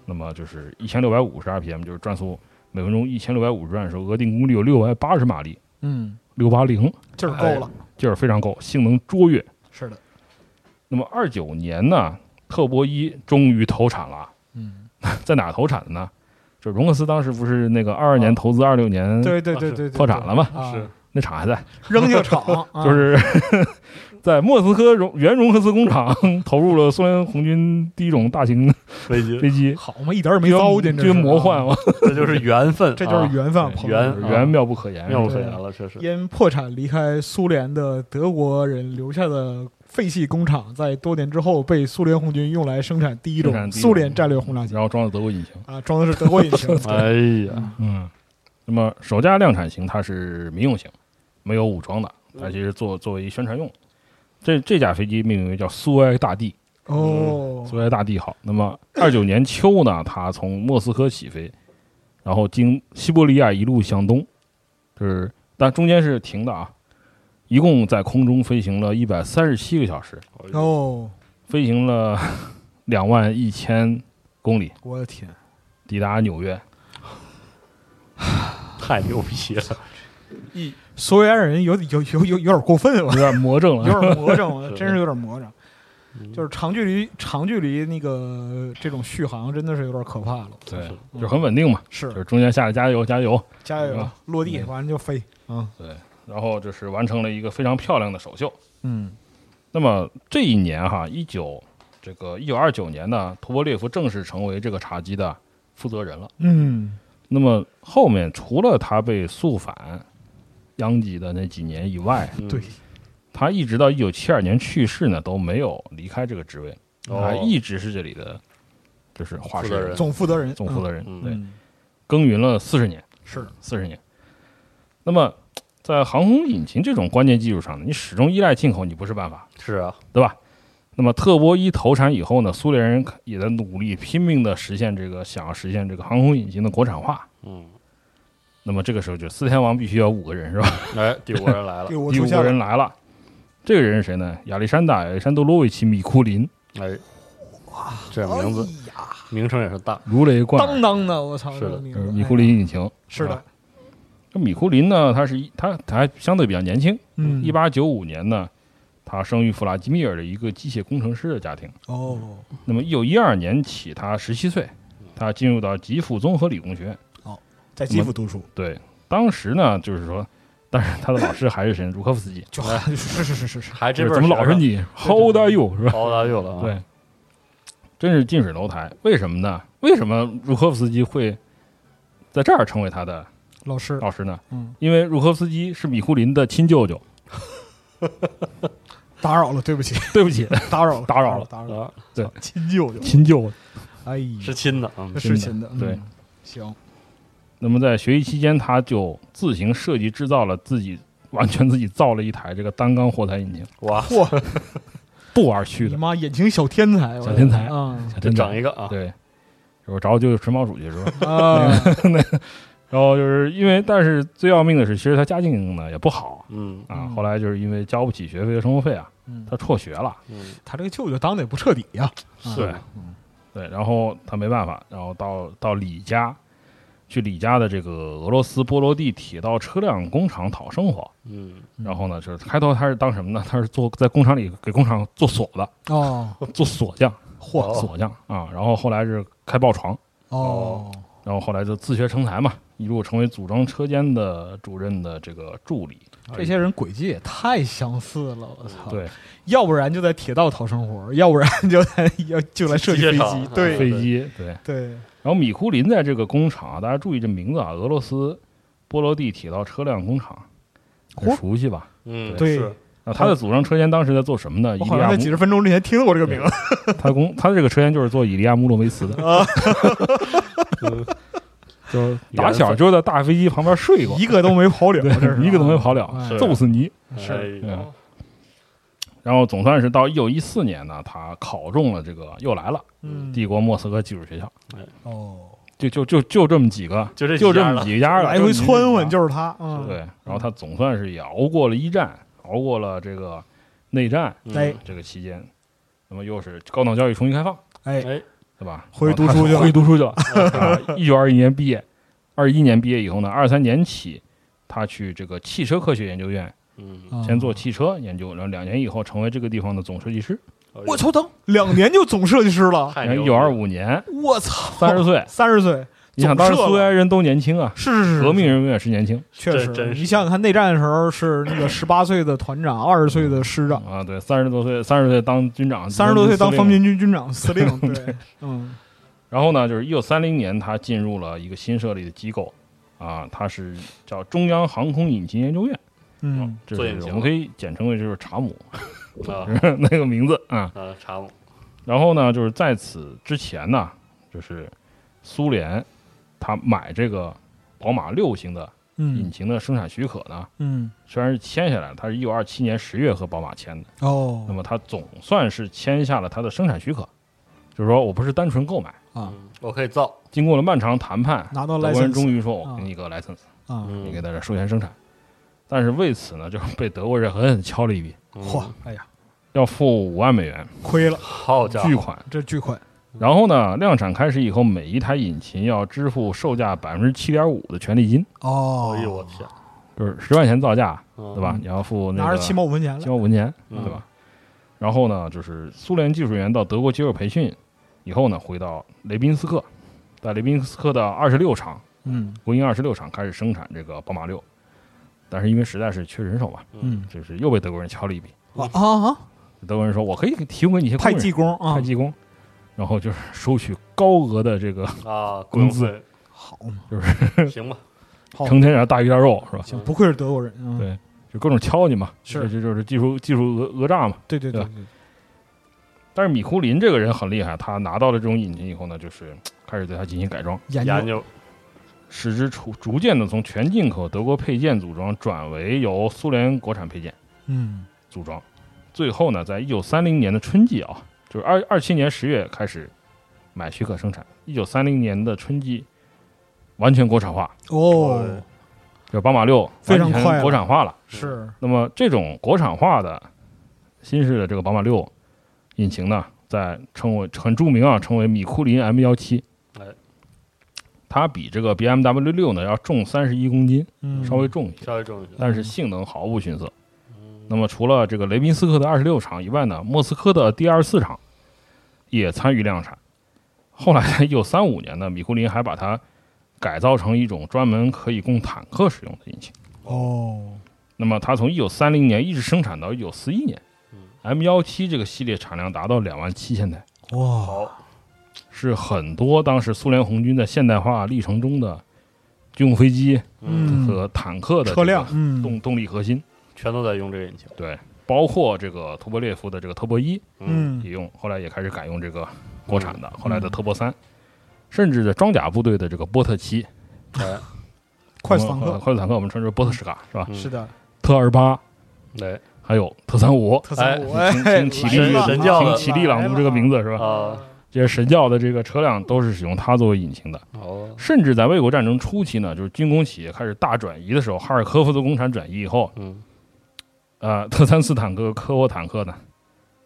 那么就是一千六百五十 RPM，就是转速每分钟一千六百五十转的时候，额定功率有六百八十马力，
嗯，
六八零，
劲儿
哎
够了，
劲儿非常够，性能卓越。
是的，
那么二九年呢，特博一终于投产了，
嗯，
在哪投产的呢？就荣克斯当时不是那个二二年投资，二六年
啊对对对
是
对对，
破产了嘛，
啊，
是
那厂还在，
扔下 厂，啊
就是 在莫斯科荣原荣克斯工厂投入了苏联红军第一种大型
飞 机，
飞机，
好嘛，一点儿也没
这
糟践，
这
是
个魔幻
啊，
啊，
这就是缘分，
这就是缘分，朋友
缘
们
啊
缘妙不可言，
妙不
是吧
可言了，确实。
因破产离开苏联的德国人留下的废弃工厂，在多年之后被苏联红军用来生产第一
生产
种
第一
苏
种
联战略轰炸机
然后装了德国引擎，
啊， 装的是德国引擎。
哎呀，
嗯，那么首架量产型它是民用型，没有武装的，
嗯
它其实作作为宣传用。这这架飞机命名为叫苏埃大帝，
哦，
苏维埃大帝号。那么二九年秋呢，它从莫斯科起飞，然后经西伯利亚一路向东，就是但中间是停的啊，一共在空中飞行了一百三十七个小时，
哎
哦，
飞行了 两万一千公里，
我的天，
抵达纽约。
太牛逼了，
苏维埃人有有有有有点过分了
有，点魔怔
有
了，
点魔怔了，
是
真 是有嗯点魔怔。就是是长距离长距离那个这种续航真的是有点可怕了。嗯
对
是，
就是很稳定嘛，就是是中间下来加油加油，
加油
嗯，
落地
嗯
完就飞。嗯
对，然后就是完成了一个非常漂亮的首秀。
嗯，
那么这一年哈，一九这个一九二九年呢，图波列夫正式成为这个茶几的负责人了。
嗯，
那么后面除了他被肃反殃及的那几年以外，
对，
他一直到一九七二年去世呢，都没有离开这个职位，他
哦，
一直是这里的就是画
负责
室
人
总负责人，
总负责人，
嗯
对，
嗯
耕耘了四十年，
是的
四十年。那么在航空引擎这种关键技术上呢，你始终依赖进口，你不是办法。
是啊，
对吧？那么特波一投产以后呢，苏联人也在努力拼命的实现这个想要实现这个航空引擎的国产化。
嗯，
那么这个时候就四天王必须要五个人是吧？
哎，第五个人来了
第，五
第
出
五
现
呃个
了
人来了，这个人是谁呢？亚历山大·亚历山多罗维奇·米库林，
哎，这名字
哎呀，
名称也是大，
如雷贯
当
耳，
当的，我操，
是
这
的
个名
就
字哎
是米库林引擎。
是的
啊，这米库林呢，他是一他他还相对比较年轻，
嗯，
一八九五年呢，他生于弗拉基米尔的一个机械工程师的家庭。
哦，
那么，一九一二年起，他十七岁，他进入到吉普综合理工学院。
在基辅读书，
对，当时呢，就是说，但是他的老师还是谁？ 茹科夫斯基。
就是是是是是，
还
就
这
是
辈
怎么老是你？How old are you？是吧？
高大又了啊？，
对，真是近水楼台。为什么呢？为什么茹科夫斯基会在这儿成为他的
老师，
老师呢？
嗯，
因为茹科夫斯基是米库林的亲舅 舅。
打扰了，对 不起，
对不起，
打扰了，
打扰了
打扰了，
啊，
亲舅舅，
亲舅。
哎呀，
是亲的啊，
是亲的，
对
嗯，行，
那么在学习期间，他就自行设计制造了自己完全自己造了一台这个单缸活塞引擎，
哇，
嚯，
不玩去
你
的。
妈眼睛小天才，我
小天才
啊
还
这
真的
整一个啊，
对，我找就是陈毛主席是吧？
啊，
然后就是因为，但是最要命的是，其实他家境呢也不好
嗯
啊。
嗯
后来就是因为交不起学费和生活费啊，
嗯
他辍学了。
嗯，
他这个舅舅当的也不彻底呀，啊
是
对，然后他没办法，然后到到李家，去李家的这个俄罗斯波罗的铁道车辆工厂讨生活。
嗯，
然后呢，就是开头他是当什么呢？ 他是做在工厂里给工厂做锁的，
哦
做锁匠，
嚯
锁匠啊。然后后来是开爆床，
哦
然后后来就自学成才嘛，一路成为组装车间的主任的这个助理。
这些人轨迹也太相似了，我操！
对，
要不然就在铁道讨生活，要不然就在要就来设计飞
机械
机
厂，
对
飞机对。
对，
然后米库林在这个工厂啊，大家注意这名字啊，俄罗斯波罗的铁道车辆工厂，很
嚯
熟悉吧？
嗯，
对
是
那他的组装车间当时在做什么呢？伊
我
利
好像
亚
在
穆
几十分钟之前听过这个名字。
他工他这个车间就是做伊利亚穆洛维茨的，
啊
就
打小就在大飞机旁边睡过，
嗯一个都没跑了，这是
一个都没跑了，
哎
揍死你！
是
嗯然后总算是到一九一四年呢，他考中了这个又来了
嗯
帝国莫斯科技术学校，
哦，
就就就就这么几个，
就这
就
几
这
家
么
了
几家了，
来回
就
窜混就是他，嗯，
对，然后他总算是也熬过了一战，熬过了这个内战
嗯
哎
这个期间，那么又是高等教育重新开放，
哎
哎，
对吧？
回去读
然后
书
他
去了
回去读书 去了。啊一九二一年毕业，二一年毕业以后呢，二三年起，他去这个汽车科学研究院
嗯，
嗯
先做汽车研究，然后两年以后成为这个地方的总设计师。
我操，等两年就总设计师 了，
太
然后
牛了，
一九哎二 五年，
我操，
三十岁，
三十岁，
你想当时
总设
苏
了
维埃人都年轻啊，
是是是，
革命人永远是年嗯轻
确实
真真，是
你想想看，内战的时候是那个十八岁的团长，二十岁的师长，
啊。对，三十多岁，三十岁当军长，
三十多岁当
司令
方面军军长、司令， 对，嗯，
然后呢，就是一九三零年，他进入了一个新设立的机构，啊，它是叫中央航空引擎研究院，
嗯，
这
做
是
引擎
我们可以简称为就是查姆
啊
那个名字啊。
啊，查姆，
然后呢，就是在此之前呢，就是苏联，他买这个宝马六型的引
嗯
擎的生产许可呢，
嗯，
虽然是签下来了，它是一九二七年十月和宝马签的，那
哦
么它总算是签下了它的生产许可，就是说我不是单纯购买，
嗯，
啊，
我可以造，
经过了漫长谈判，
拿到
德国人
license
终于说：“我给你一个 license，、
啊，
你
嗯
给，在这授权生产。”但是为此呢，就是被德国人狠狠敲了一笔，
嗯
嚯，哎呀，
要付五万美元
亏了
好家
巨
伙，
款。
这巨款，
然后呢，量产开始以后，每一台引擎要支付售价百分之七点五的权利金，
哦
哎，呦我天，嗯
就是十万钱造价，
对
对吧？？你要付那
嗯拿
个
着七毛五分钱
七
了，
毛五文钱，
嗯
对吧？然后呢，就是苏联技术员到德国接受培训以后呢，回到雷宾斯克，在雷宾斯克的二十六厂
嗯
国营二十六厂开始生产这个宝马六，但是因为实在是缺人手嘛，
嗯，
就是又被德国人敲了一笔。
啊啊，
德国人说：“我可以提供给你一些工
派
人
技工啊
派，技工，然后就是收取高额的这个
啊，
工
工
资
资
好嘛，
行吧，
哦
成天点大鱼大肉是吧？
行，不愧是德国人，嗯，
对，就各种敲你嘛，
是
这这就是技术技术讹讹诈嘛。
对对对
对
对，
但是米库林这个人很厉害，他拿到了这种引擎以后呢，就是开始对它进行改装，
研
研
究
究，
使之逐逐渐的从全进口德国配件组装转为由苏联国产配件
嗯
组装。最后呢，在一九三零年的春季啊，就是二二七年十月开始买许可生产，一九三零年的春季完全国产化，
哦，
就是宝马六
非常快了
国产化了。
是
那么这种国产化的新式的这个宝马六引擎呢，在称为很著名啊，称为米库林 M 幺七
哎。
它比这个 BMW 六呢要重三十一公斤，
嗯，
稍微重一些，
稍微重一嗯些，
但是性能毫不逊色。哎那么除了这个雷宾斯克的二十六厂以外呢，莫斯科的第二十四厂也参与量产。后来在一九三五年呢，米库林还把它改造成一种专门可以供坦克使用的引擎。
哦，
那么它从一九三零年一直生产到一九四一年
嗯
，M 幺七这个系列产量达到两万七千台，
哇，
好，
是很多当时苏联红军在现代化历程中的军用飞机
嗯
和坦克的
车辆，嗯，
动动力核心，
全都在用这个引擎，
对，包括这个图波列夫的这个特波一
嗯
也用，后来也开始改用这个国
嗯
产的，后来的特波三，甚至在装甲部队的这个波特七，
哎，
快速坦
我们呃
克，
快速坦克我们称之为波特什卡是吧？
嗯
是的，
特二八，
来
还有特三五，
特三五，
请
哎
请起
来
立
了神教
请
的
起立朗读这个名
字，
字是吧？
啊，
这些神教的这个车辆都是使用它作为引擎的，
哦，
甚至在卫国战争初期呢，就是军工企业开始大转移的时候，哈尔科夫的工厂转移以后，
嗯，
呃，特三四坦克、科沃坦克呢，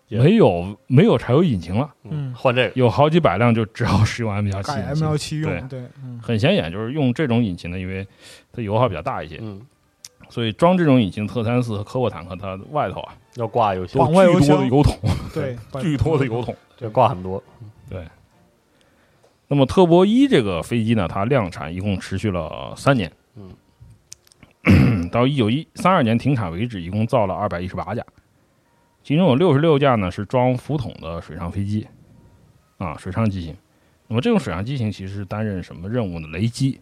也
没有没有柴油引擎了，
嗯
换这个，
有好几 百辆就只要使用 M 幺七
改 M 幺七用，对，嗯
很显眼就是用这种引擎的，因为它油耗比较大一些，
嗯，
所以装这种引擎的特三四和科沃坦克，它外头啊
要挂油
都
箱，
往外
有
油
巨多
箱
的油桶，
对，
嗯巨多的油桶。
这挂很多，
那么特波一这个飞机呢，它量产一共持续了三年，嗯， 到一九一三二年停产为止，一共造了二百一十八架，其中有六十六架呢是装浮筒的水上飞机，啊，水上机型。那么这种水上机型其实是担任什么任务呢？雷击，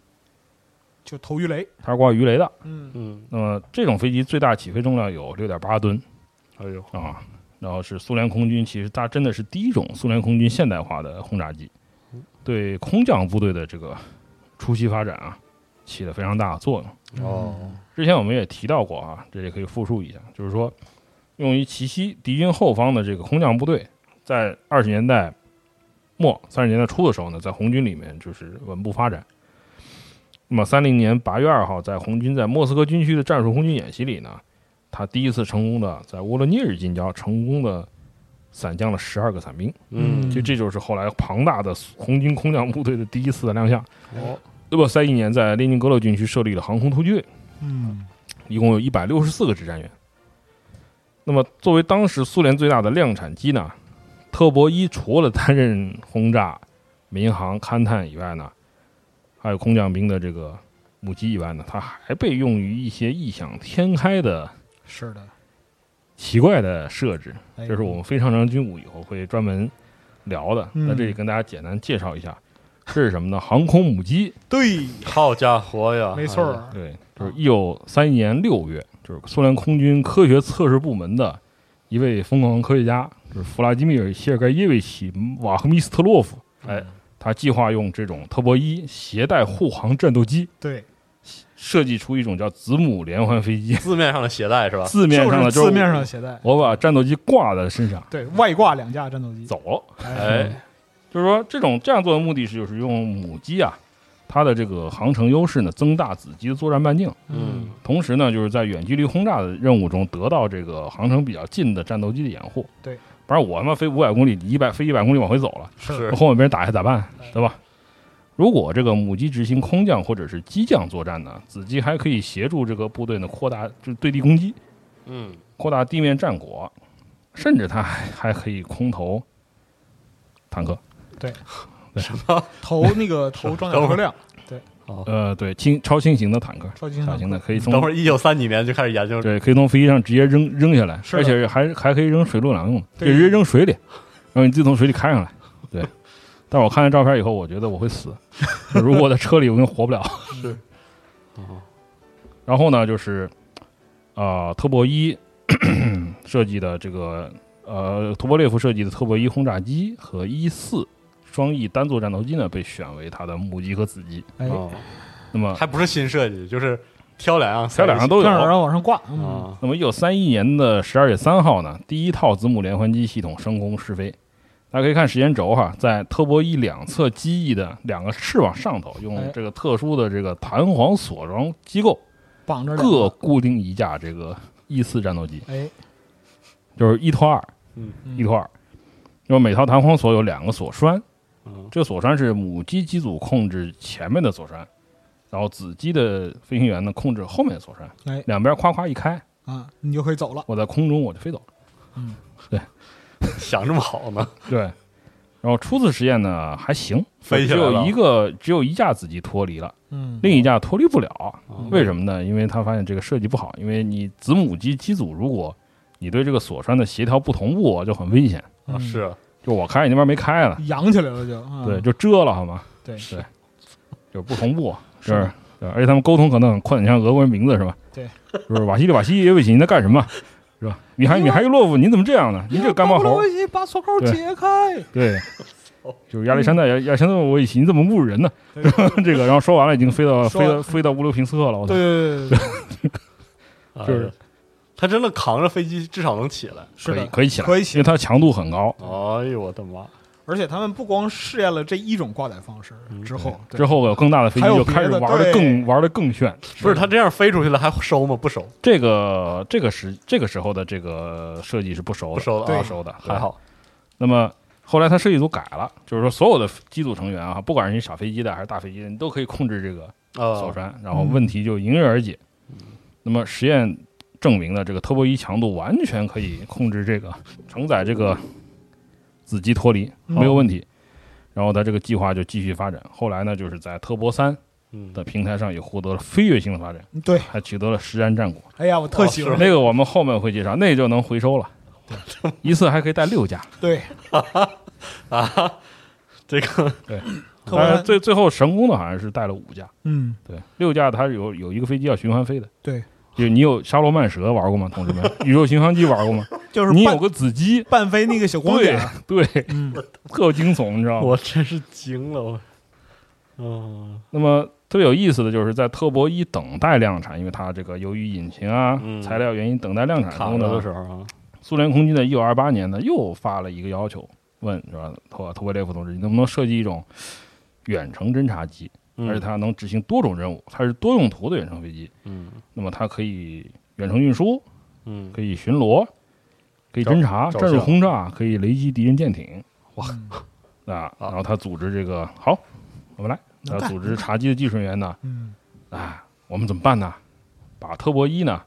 就投鱼雷，
它是挂鱼雷的。
嗯，
嗯，
那么这种飞机最大起飞重量有六点八吨
哎呦，
啊，然后是苏联空军，其实它真的是第一种苏联空军现代化的轰炸机，对空降部队的这个初期发展啊，起了非常大的作用。
哦，
之前我们也提到过啊，这里可以复述一下，就是说，用于奇袭敌军后方的这个空降部队，在二十年代末、三十年代初的时候呢，在红军里面就是稳步发展。那么，三零年八月二号，在红军在莫斯科军区的战术空军演习里呢，他第一次成功的在沃罗涅日近郊成功的散降了十二个伞兵，
嗯，
就这就是后来庞大的红军空降部队的第一次的亮相。
哎
哦，
那么，三一年在列宁格勒军区设立了航空突击队，
嗯，
一共有一百六十四个指战员。那么，作为当时苏联最大的量产机呢，特博一除了担任轰炸、民航勘探以外呢，还有空降兵的这个母机以外呢，它还被用于一些异想天开的
是的，
奇怪的设置，
哎
这是我们非常常军武以后会专门聊的。
嗯
在这里跟大家简单介绍一下，这是什么呢？航空母机，
哎对，
好家伙呀，
没错
哎呀，
儿，
对，就是一九三一年六月，就是苏联空军科学测试部门的一位疯狂科学家，就是弗拉基米尔·谢尔盖耶维奇·瓦赫米斯特洛夫，
哎，
他计划用这种特波伊携带护航战斗机，
对，
设计出一种叫子母连环飞机，
字面上的携带是吧？
字面上
啊就
的
是
就是
字面上的携带，
我把战斗机挂在身上
对外挂两架战斗机，
走了。嗯
哎，
哎，
就是说，这种这样做的目的是，就是用母机啊，它的这个航程优势呢，增大子机的作战半径。
嗯，
同时呢，就是在远距离轰炸的任务中得到这个航程比较近的战斗机的掩护。
对，
不然我他妈飞五百公里，一百飞一百公里往回走了，
是
后面被人打下咋办？对吧？如果这个母机执行空降或者是机降作战呢，子机还可以协助这个部队呢扩大就是对地攻击，
嗯，
扩大地面战果，甚至它还还可以空投坦克。
投那 个投装甲
等会
车
儿
辆，
呃，对，轻超轻型的坦克，
超级
小型的可以从
等会儿一九三几年就开始研究，
嗯对，可以从飞机上直接扔扔下来，
是的
而且还还可以扔水陆两用的，就
对
直接扔水里，然后你自己从水里开上来。对，但是我看了照片以后，我觉得我会死。如果我在车里，我可能活不了。
是，
哦
然后呢，就是啊，特博一 设计的这个呃，图波列夫设计的特博一轰炸机和一四双翼单座战斗机呢，被选为它的母机和子机。
哎，
哦，
那么
还不是新设计，就是挑两样，
它两上
都
都有，
正好让往上挂，嗯，
啊，
那么，一九三一年的十二月三号呢，第一套子母连环机系统升空试飞。大家可以看时间轴哈，在特波一两侧机翼的两个翅膀上头，
哎
用这个特殊的这个弹簧锁装机构，
绑着两
各
个，
固定一架这个 E 四战斗机，
哎，
就是一拖二，
嗯
一拖二。因为每套弹簧锁有两个锁栓，
嗯
这个锁栓是母机机组控制前面的锁栓，然后子机的飞行员呢控制后面的锁栓
哎，
两边夸夸一开，
啊，你就可以走了，
我在空中我就飞走了。
想这么好呢，
对，然后初次实验呢还行，
飞起
只
来了
有一个只有一架子机脱离了，
嗯，
另一架脱离不了。
哦
为什么呢？因为他发现这个设计不好，因为你子母机机组如果你对这个锁栓的协调不同步，就很危险。
啊
嗯
是
就我开，你那边没开了，
扬起来了就，啊
对，就遮了好吗？
对
对，就是不同步，
是
就是对，而且他们沟通可能很困难，你像俄国人名字是吧？
对，
就是瓦西里瓦西耶维奇，你在干什么？是吧？米哈米哈伊洛夫，你怎么这样呢？你这个干巴猴！
你把锁扣解开，
对， 就是亚历山大亚亚历山大我一起，你怎么侮辱人呢？
对
这个，然后说完了，已经飞到
说
飞到飞到乌流平斯克了。我
对对对
操！
对对，
就是
哎他真的扛着飞机，至少能起来。
是
可以
的，
可以起来，
可以
因
起
为，它强度很高。
哎呦我的妈！
而而且他们不光试验了这一种挂载方式之后，对
嗯之后有更大的飞机
还有
就开始
别的
玩的
对
更玩的更炫。
不是他这样飞出去了还收吗？不收，
这个这个时这个时候的这个设计是不熟
不
的，
收了啊
不熟的
还。好。
那么后来他设计组改了，就是说所有的机组成员啊，不管是你小飞机的还是大飞机的，你都可以控制这个小
呃，
船，然后问题就迎刃而解。那么实验证明了，这个 Turbo 一强度完全可以控制这个承载这个子机脱离，
嗯
没有问题。然后他这个计划就继续发展，后来呢，就是在特波三
嗯，
的平台上也获得了飞跃性的发展，
对，
还取得了实战战果。
哎呀，我特喜欢，
那个我们后面会介绍，那就能回收了，一次还可以带六架。
对，
啊这个
特
当然
别
最最后成功的好像是带了五架，
嗯，
对，六架它有有一个飞机要循环飞的，
对，
就你有沙罗曼蛇玩过吗，同志们？ 宇宙巡航机玩过吗？
就是
你有
半
个子机，
半飞那个小光
对
点，
对，
嗯，
特惊悚，你知道吗？
我真是惊了，我，嗯
那么特别有意思的就是在特博一等待量产，因为它这个由于引擎啊、
嗯
材料原因等待量产
卡
中
着
呢
的时候啊，
苏联空军在一九二八年呢又发了一个要求，问说托托波列夫同志，你能不能设计一种远程侦察机，
嗯
而且它能执行多种任务，它是多用途的远程飞机。
嗯
那么它可以远程运输，
嗯，
可以巡逻，可以
照
侦察、
照
战术
相
轰炸，可以雷击敌人舰艇
嗯
啊。然后他组织这个好，我们来，
能
他
干
呃组织查机的技术人员呢，
嗯，
啊，我们怎么办呢？把特博一呢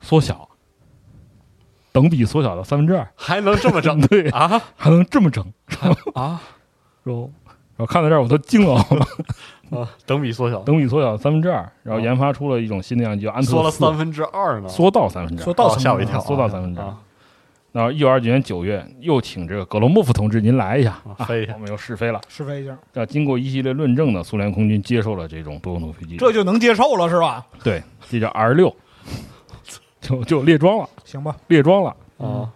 缩小，等比缩小到三分之二。
还能这么啊 整
对，
啊
还能这么整。
啊
说，我看到这儿我都惊了，
啊！等比缩小，
等比缩小三分之二，然后研发出了一种新的样机，叫安特
缩了
四
三分之二呢，
缩到三分之
说
二。
到
哦吓我一
什么
跳，
呢
缩到三分之二
啊
然后一九二九年九月，又请这个格罗莫夫同志您来 一下，
啊飞一下
我们又试飞了。
试飞一下，
要经过一系列论证呢，苏联空军接受了这种多用途飞机，
这就能接受了是吧？
对，这叫 R 六，就就列装了，
行吧，
列装了。
啊，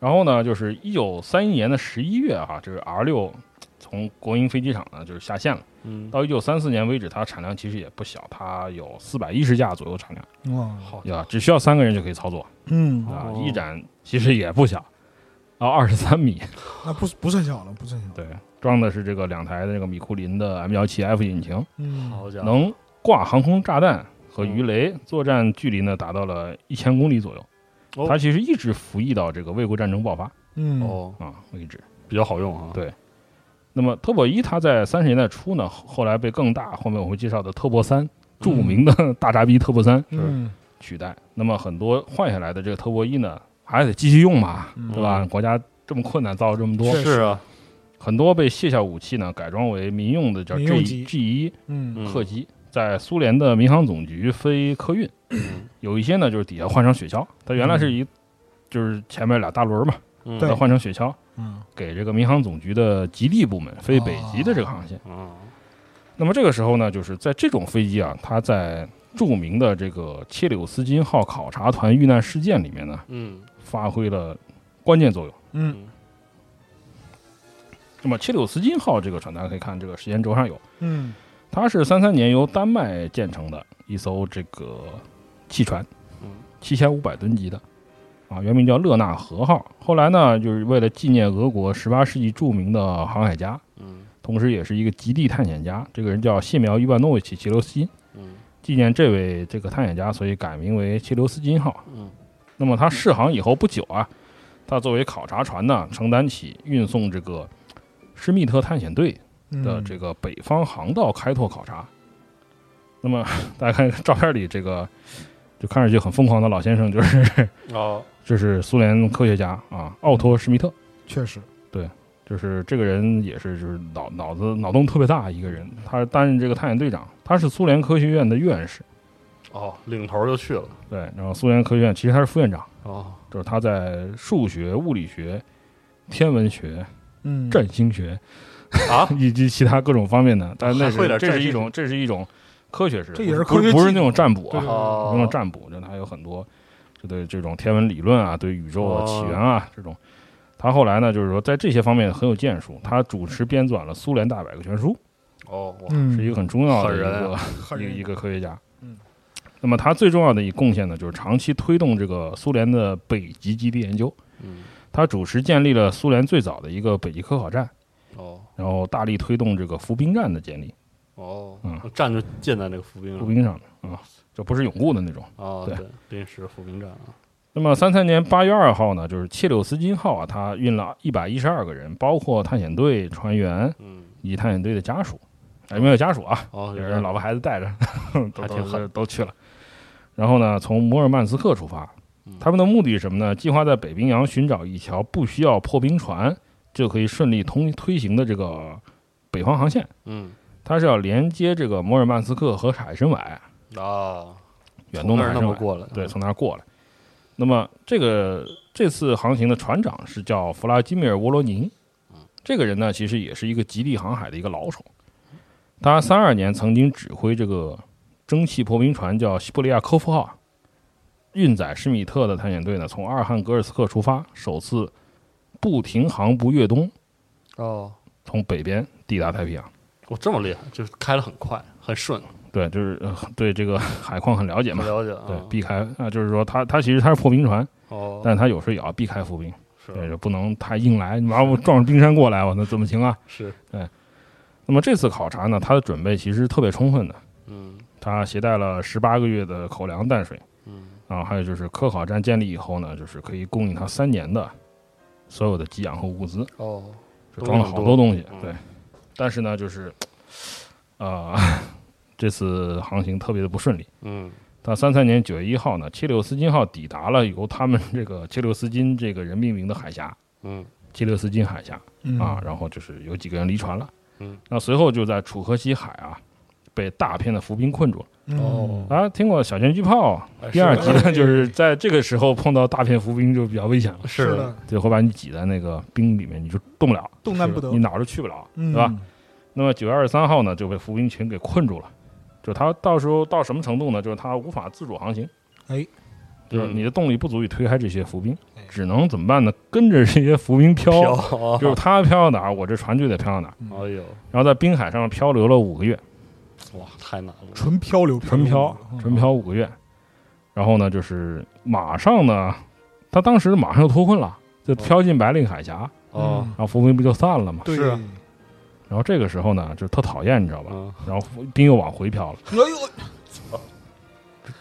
然后呢，就是一九三一年的十一月哈、这个 R 六从国营飞机场呢就是下线了。
嗯，
到一九三四年为止，它产量其实也不小，它有四百一十架左右产量，
嗯，
好
呀，只需要三个人就可以操作
嗯，
啊
哦，
翼展其实也不小，啊，二十 三米，
那不不算小了，不算小了，
对，装的是这个两台的这个米库林的 M 幺七 F 引擎，
嗯，
好家伙，
能挂航空炸弹和鱼
嗯
雷，作战距离呢达到了一千公里左右
哦。
它其实一直服役到这个卫国战争爆发
嗯，
哦，
啊为止。
比较好用啊，
对那么特博一，它在三十年代初呢，后后来被更大，后面我会介绍的特博三，著名 的大闸逼特博三
嗯，
取代。那么很多换下来的这个特博一呢，还得继续用嘛，
嗯
对吧？国家这么困难，造了这么多，
确实
是啊，
很多被卸下武器呢，改装为民用的叫
民用
G
机
G 一
嗯，
嗯
客机，在苏联的民航总局飞客运，
嗯
有一些呢就是底下换成雪橇，它原来是一、就是前面俩大轮儿嘛，
嗯
它
对
换成雪橇，
嗯，
给这个民航总局的极地部门飞北极的这个航线。
嗯
那么这个时候呢，就是在这种飞机啊，它在著名的这个切柳斯金号考察团遇难事件里面呢，
嗯
发挥了关键作用。
嗯
那么切柳斯金号这个船，大家可以看这个时间轴上有，
嗯，
它是三三年由丹麦建成的一艘这个汽船
嗯，
七千五百吨级的，啊，原名叫勒纳河号。后来呢，就是为了纪念俄国十八世纪著名的航海家，
嗯
同时也是一个极地探险家，这个人叫谢苗伊万诺维奇·切留斯金，
嗯
纪念这位这个探险家，所以改名为切留斯金号。
嗯
那么他试航以后不久啊，他作为考察船呢，承担起运送这个施密特探险队
嗯
的这个北方航道开拓考察。那么 大家看照片里这个，就看上去很疯狂的老先生，就是
哦，
就是苏联科学家啊，奥托·施密特，
确实，
就是这个人也是就是脑脑子脑洞特别大一个人，他担任这个探险队长，他是苏联科学院的院士，
哦，领头就去了，
对，然后苏联科学院其实他是副院长，
哦，
就是他在数学、物理学、天文学、
嗯，
占星学
啊
以及其他各种方面的，但是那
还会
是
点
这
占
是
星
一种这是一种科学式，
这也是
不
科学
不是
技
那种占卜
对
啊
对，
不
哦，
是那种占卜，就它有很多就对这种天文理论啊，对宇宙的起源啊这种。他后来呢，就是说在这些方面很有建树，他主持编纂了《苏联大百科全书
哦，哇，
嗯，》，
啊是一个很重要的
狠
一
人
个
很
一个一个科学家。
嗯，
那么他最重要的一个贡献呢，就是长期推动这个苏联的北极基地研究。
嗯
他主持建立了苏联最早的一个北极科考站，然后大力推动这个伏兵站的建立，
哦
嗯，
站就建在这个伏兵
伏
上
兵上的啊，就不是永固的那种。
哦，
对
对，临时伏兵站啊，
那么三三年八月二号呢，就是切柳斯金号啊，它运了一百一十二个人，包括探险队船员
嗯，
以及探险队的家属，哎，没有家属啊，
哦，
也
有
是
点
老婆孩子带着， 都
还挺
都
狠
都都去了。然后呢，从摩尔曼斯克出发，
嗯
他们的目的是什么呢？计划在北冰洋寻找一条不需要破冰船就可以顺利通推行的这个北方航线，
嗯
它是要连接这个摩尔曼斯克和海参崴，
啊，
远东
从那
的
儿那
海参
么
崴，
过来，嗯
对，从那儿过来。那么这个这次航行的船长是叫弗拉基米尔·沃罗宁，这个人呢，其实也是一个极地航海的一个老手。他三二年曾经指挥这个蒸汽破冰船叫西伯利亚科夫号，运载施米特的探险队呢，从阿尔汉格尔斯克出发，首次不停航不越冬，
哦，
从北边抵达太平洋。
我这么厉害，就是开的很快，很顺，
对，就是、呃对这个海况很了解
不
嘛。
了解
对，
啊，
避开啊、就是说他他其实他是破冰船，
哦，
但是他有时候也要避开浮冰。对，
是
就不能太硬来，你把我撞着冰山过来，我那怎么行啊？
是，
那么这次考察呢，他的准备其实特别充分的，
嗯
他携带了十八个月的口粮淡水，
嗯，
然后还有就是科考站建立以后呢，就是可以供应他三年的所有的给养和物资，
哦，
就装了好多东西。
嗯
对，但是呢，就是啊、 这次航行特别的不顺利。
嗯
到三三年九月一号呢，切柳斯金号抵达了由他们这个切柳斯金这个人命名的海峡
嗯
——切柳斯金海峡。
嗯
啊，，然后就是有几个人离船了，
嗯，
那随后就在楚河西海啊，被大片的浮冰困住了。
嗯
哦，
大家听过小旋巨炮啊
哎
第二
是
集呢，就是在这个时候碰到大片浮冰就比较危险了，
是的，
的，
就会把你挤在那个冰里面，你就动不了，
动弹不得
你，哪儿都去不了，
嗯，
对吧？？那么九月二十三号呢，就被浮冰群给困住了，就它到时候到什么程度呢？就是它无法自主航行，
哎，
就是你的动力不足以推开这些浮冰
哎，
只能怎么办呢？跟着这些浮冰
飘
飘，，就是它飘到哪儿，我这船就得飘到哪儿。
哎呦，
然后在冰海上漂流了五个月，
哇，太难了，
纯漂流，
纯漂
流嗯
纯漂五个月。然后呢，就是马上呢，他当时马上就脱困了，就飘进白令海峡，
哦，
然后浮冰不就散了嘛。
嗯对，
是啊
哎
然后这个时候呢，就特讨厌，你知道吧？
嗯，
然后冰又往回飘了，
哎呦，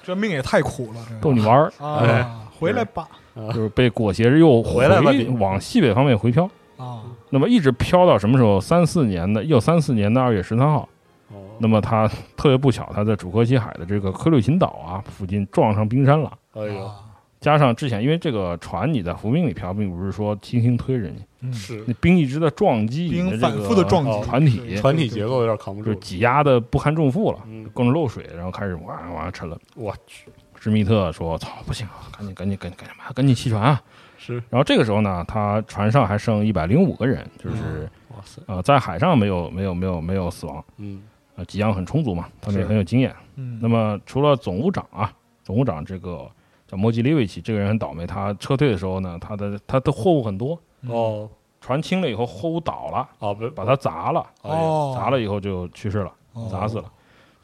这命也太苦了，这
逗你玩儿，
啊，回来吧，
就是被裹挟着 又
回来吧你
往西北方面回飘。
啊，
那么一直飘到什么时候？三四年的，一九三四年的二月十三号。
哦，
那么他特别不巧，他在主科西海的这个科六群岛啊附近撞上冰山了。
哎呦，
啊
加上之前，因为这个船你在浮冰里漂，并不是说轻轻推着你，
嗯
是
那冰一直在撞击你
冰
这
反
个
复的撞
哦
击，
船体
对
船体结构有点扛不
就
住，
挤压的不堪重负了，
嗯，
更漏水，然后开始哇哇沉了。
我去，
施密特说：“操，不行啊，赶紧赶紧赶紧赶紧嘛，赶紧弃船啊
是，！”
然后这个时候呢，他船上还剩一百零五个人，就是
哇塞，
呃，在海上没有没有没有没有死亡，
嗯
呃，给养很充足嘛，他们也
是
很有经验。
嗯，
那么除了总务长啊，总务长这个叫莫吉列维奇，这个人很倒霉，他撤退的时候呢，他的他的货物很多，
嗯
哦，
船轻了以后，货物倒了，
啊，不，
把它砸了，
哎呦，
哦，
啊砸了以后就去世了，
哦
砸死了。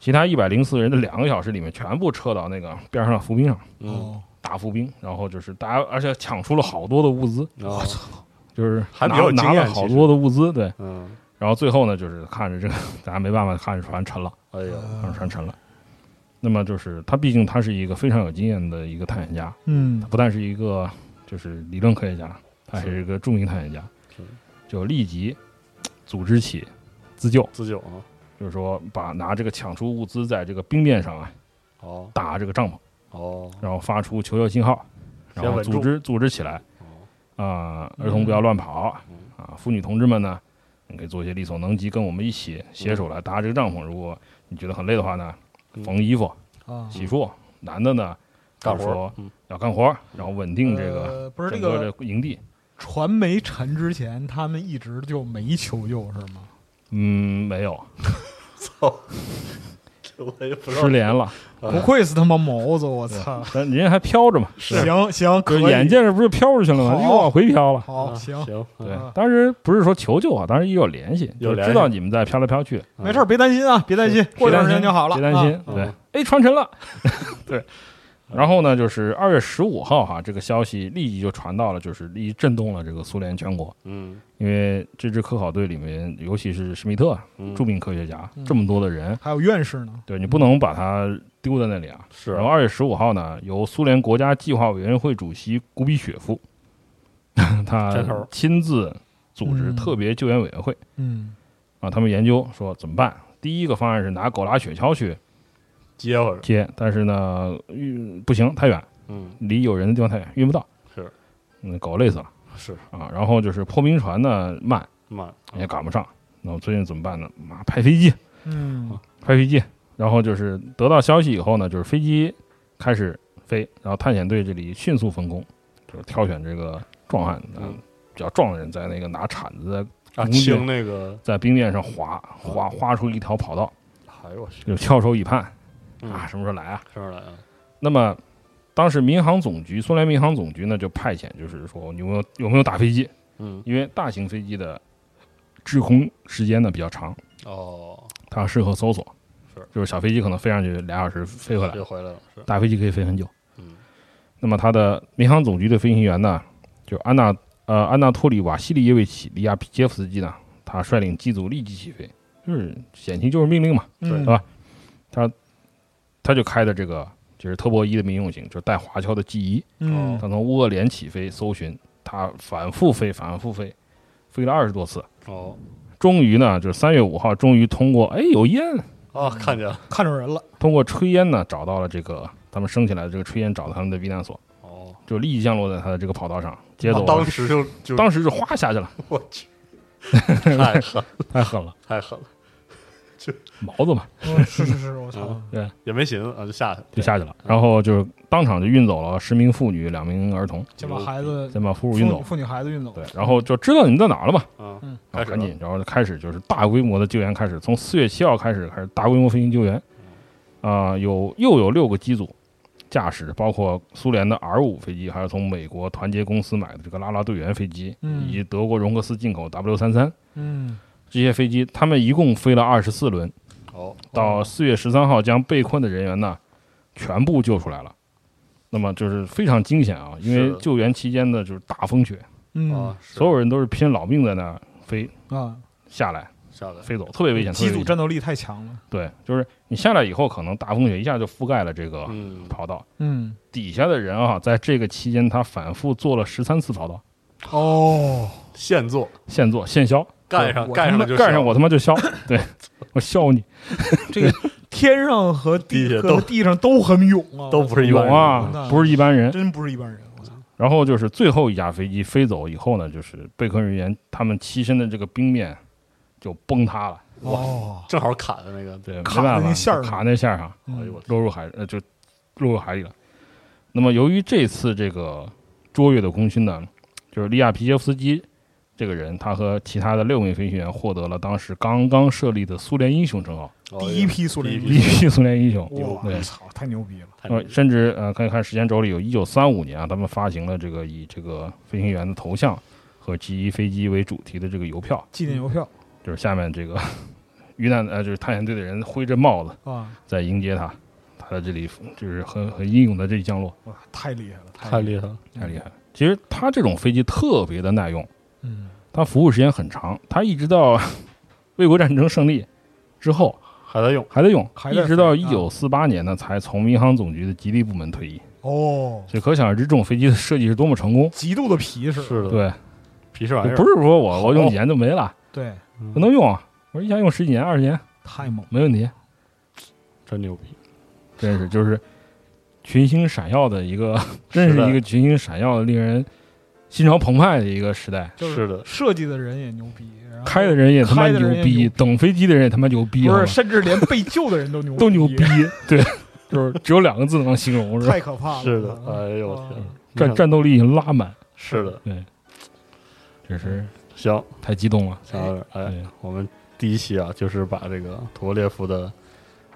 其他一百零四人的两个小时里面，全部撤到那个边上的浮冰上
嗯，
哦，
打浮冰，然后就是大家，而且抢出了好多的物资，
我操，
就是
还比
拿
较有经
拿
验
了好多的物资，对。
嗯，
然后最后呢，就是看着这个，大家没办法，看着船沉了，
哎呦，
看着
啊
船沉了。那么就是他，毕竟他是一个非常有经验的一个探险家，
嗯
他，不但是一个就是理论科学家，他还是一个著名探险家
是，
就立即组织起自救。
自救啊，
就是说把拿这个抢出物资在这个冰面上啊
哦
搭这个帐篷，
哦，
然后发出求救信号，
先
然后
稳
组
住
织组织起来
哦
啊、
嗯
儿童不要乱跑
嗯
啊，妇女同志们呢，你可以做一些力所能及，跟我们一起携手来搭这个帐篷。如果你觉得很累的话呢，
嗯
缝衣服、
啊，
洗漱。男的呢
干
就是
活
说
儿，嗯，
要干活，然后稳定这个
呃不是这
整
个
个这营地。
船没沉之前，他们一直就没求救是吗？
嗯，没有
操，这我也不知道
失，联了，
不愧是他妈毛子，我操！
但人家还飘着嘛，
行行，
就
可
是
以
眼见着不是飘出去了吗？
好
又往回飘了。
好
啊
行，
行，
对
啊，
当时不是说求救啊，当时也有联系，
有
就
联
知
系
道你们在飘来飘去，
嗯
没事儿，别担心啊，别担心，过一段时间就好了。
别担哎
啊，
心，
啊
对
嗯，
哎，船沉了，对， 然后呢，就是二月十五号哈，这个消息立即就传到了，就是立即震动了这个苏联全国，
嗯
因为这支科考队里面，尤其是施密特
嗯，
著名科学家
嗯，
这么多的人，
还有院士呢，
对你不能把它丢在那里啊。
是
然后二月十五号呢，由苏联国家计划委员会主席古比雪夫，
这
他
头儿
亲自组织
嗯
特别救援委员会
嗯，
啊，他们研究说怎么办。第一个方案是拿狗拉雪橇去
接回来，
接，但是呢，运不行，太远，
嗯
离有人的地方太远，运不到。
是，
嗯，狗累死了
是
啊。然后就是破冰船呢慢，
慢，
也赶不上。那我最近怎么办呢？妈，派飞机，
嗯
拍飞机，然后就是得到消息以后呢，就是飞机开始飞，然后探险队这里迅速分工，就是挑选这个壮汉，啊
嗯
比较壮的人，在那个拿铲子
啊，
嗯
清那个，
在冰面上划划划出一条跑道，
哎呦我去，
就是翘首以盼啊，
啊，
什么时候来啊？
上来啊，
那么。当时民航总局，苏联民航总局呢就派遣，就是说你有没有有没有打飞机？
嗯
因为大型飞机的滞空时间呢比较长，
哦，
它适合搜索。
是，
就是小飞机可能飞上去俩小时飞回来，
又回来了，是，
大飞机可以飞很久。
嗯
那么他的民航总局的飞行员呢，就安娜呃安娜托里瓦西里耶维奇里亚皮杰夫斯基呢，他率领机组立即起飞，就是显情就是命令嘛。
嗯
对啊他就开的这个就是特波一的民用型，就是带滑橇的 G 一，
嗯
他从乌俄连起飞搜寻，他反复飞，反复飞，飞了二十多次，
哦
终于呢，就是三月五号，终于通过哎有烟，
啊，看见了，
看着人 了，
通过炊烟呢找到了这个他们升起来的这个炊烟，找到他们的避难所，
哦，
就立即降落在他的这个跑道上，接
啊
走了、
当时就就
当时就哗下去了，
我去，太狠
太狠了，
太狠了，
毛子嘛
嗯是是是，我操
嗯，也没寻思啊，就下去了，
就下去了，然后就是当场就运走了十名妇女、两名儿童，
先把孩子
先把俘
妇
嗯虏运
女
走。
妇女孩子运走，
对，然后就知道你们在哪儿了嘛，
嗯，
嗯，
开
啊
始
赶
了
紧，然后就开始就是大规模的救援开始，从四月七号开始开始大规模飞行救援，
嗯
啊、有又有六个机组驾驶，包括苏联的 R 五飞机，还有从美国团结公司买的这个拉拉队员飞机，
嗯
以及德国荣格斯进口 W 三三
嗯，
这些飞机，他们一共飞了二十四轮，
哦，
到四月十三号将被困的人员呢全部救出来了。那么就是非常惊险啊，因为
是
救援期间呢就是大风雪，
嗯
啊，是
所有人都是拼老命在那儿飞
啊，
下来
下来，
飞走，特别危险。特
机
别
组
危险
战斗力太强了，
对，就是你下来以后，可能大风雪一下就覆盖了这个
嗯，
跑道，
嗯，
底下的人啊，在这个期间他反复做了十三次跑道，
哦，
现做
现做现消，
干上
我
干
他
上
妈
了就
干上
行
我他妈 就消，对我笑你
天上和地
地下
和
都
地上都很勇啊，
都不是一
有
般人
啊，不是一般人。
真不是一般人，我操，
然后就是最后一架飞机飞走以后呢，就是被困人员他们栖身的这个冰面就崩塌了，
哦，
正好砍的那个，
对，
卡
没办
在
法，
那线儿上
卡在线儿上，
哎
嗯
呦我
落入海呃就落入海里了。那么由于这次这个卓越的空军呢，就是利亚皮杰夫斯基这个人，他和其他的六名飞行员获得了当时刚刚设立的苏联英雄称号，
第一批苏联
哦第
第一批苏联英雄。对
哇，操，太牛逼了，
呃，甚至呃，可以看时间轴里有一九三五年啊，他们发行了这个以这个飞行员的头像和 G 一飞机为主题的这个邮票，
纪念邮票
就是下面这个 遇难呃，就是探险队的人挥着帽子
啊，
在迎接他，他在这里就是很很英勇的这里降落，
哇，太厉害了，
太
害了，
厉害了，
太厉害了。其实他这种飞机特别的耐用，
嗯，
它服务时间很长，它一直到 卫国战争胜利之后
还嗯在用，
还在用，
还在
一直到
飞
一
啊
九四八年呢才从民航总局的吉利部门退役，
哦，
所以可想而知这种飞机的设计是多么成功。
极度的皮实，
是的，
对，
皮实玩意
就
儿，嗯
不
是，
是说我
好
我用几年就没了，
对，
不能用啊。我说一下用十几年、二十年
太猛，
没问题，
真牛逼，
真是就是群星闪耀的一个，真
是
是
的
一个群星闪耀的、令人心潮澎湃的一个时代。
就是
的，
设计的人也牛逼，然后
开的人也他妈
开的人也
牛逼，
牛
等飞机的人也他妈牛逼，
不
好
是，
吧
甚至连被救的人都 牛，
都牛逼，，对， 就是只有两个字能形容，是吧
太可怕了，
是的
啊，
哎呦我天
啊，
战战斗力已经拉满，
是的，
真是
行，
太激动了。
小二，哎，
对，
我们第一期啊，就是把这个屠格列夫的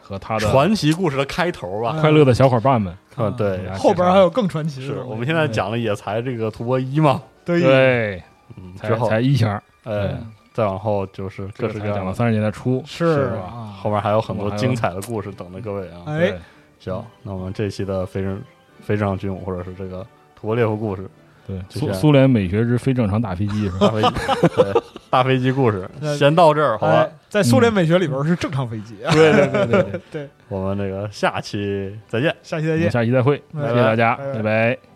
和他的
传奇故事的开头吧，
快乐的小伙伴们，
啊，对，
嗯
后边还有更传奇的
是
东西，
我们现在讲了野才这个屠博一嘛，
对
对，
嗯，之
才
后，
才一弦，
哎，再往后就是各
这
式
才
各
讲
样
了
的，
三十年代初，
是
吧
啊
后面还有很多精彩的故事等着各位啊。
哎
对，
行，那我们这期的非人非正常军武，或者是这个图波列夫故事、
对，
就
苏
像
苏联美学之非正常大飞机是吧？
大飞机、对大飞机故事，
呃
先到这儿，好吧
哎？，在
嗯
苏联美学里边是正常飞机。啊
对对对对对，
对，
我们这个下期再见。
下期再
我
见
们。下期再会，
拜
谢
拜
谢大家，
拜拜
拜拜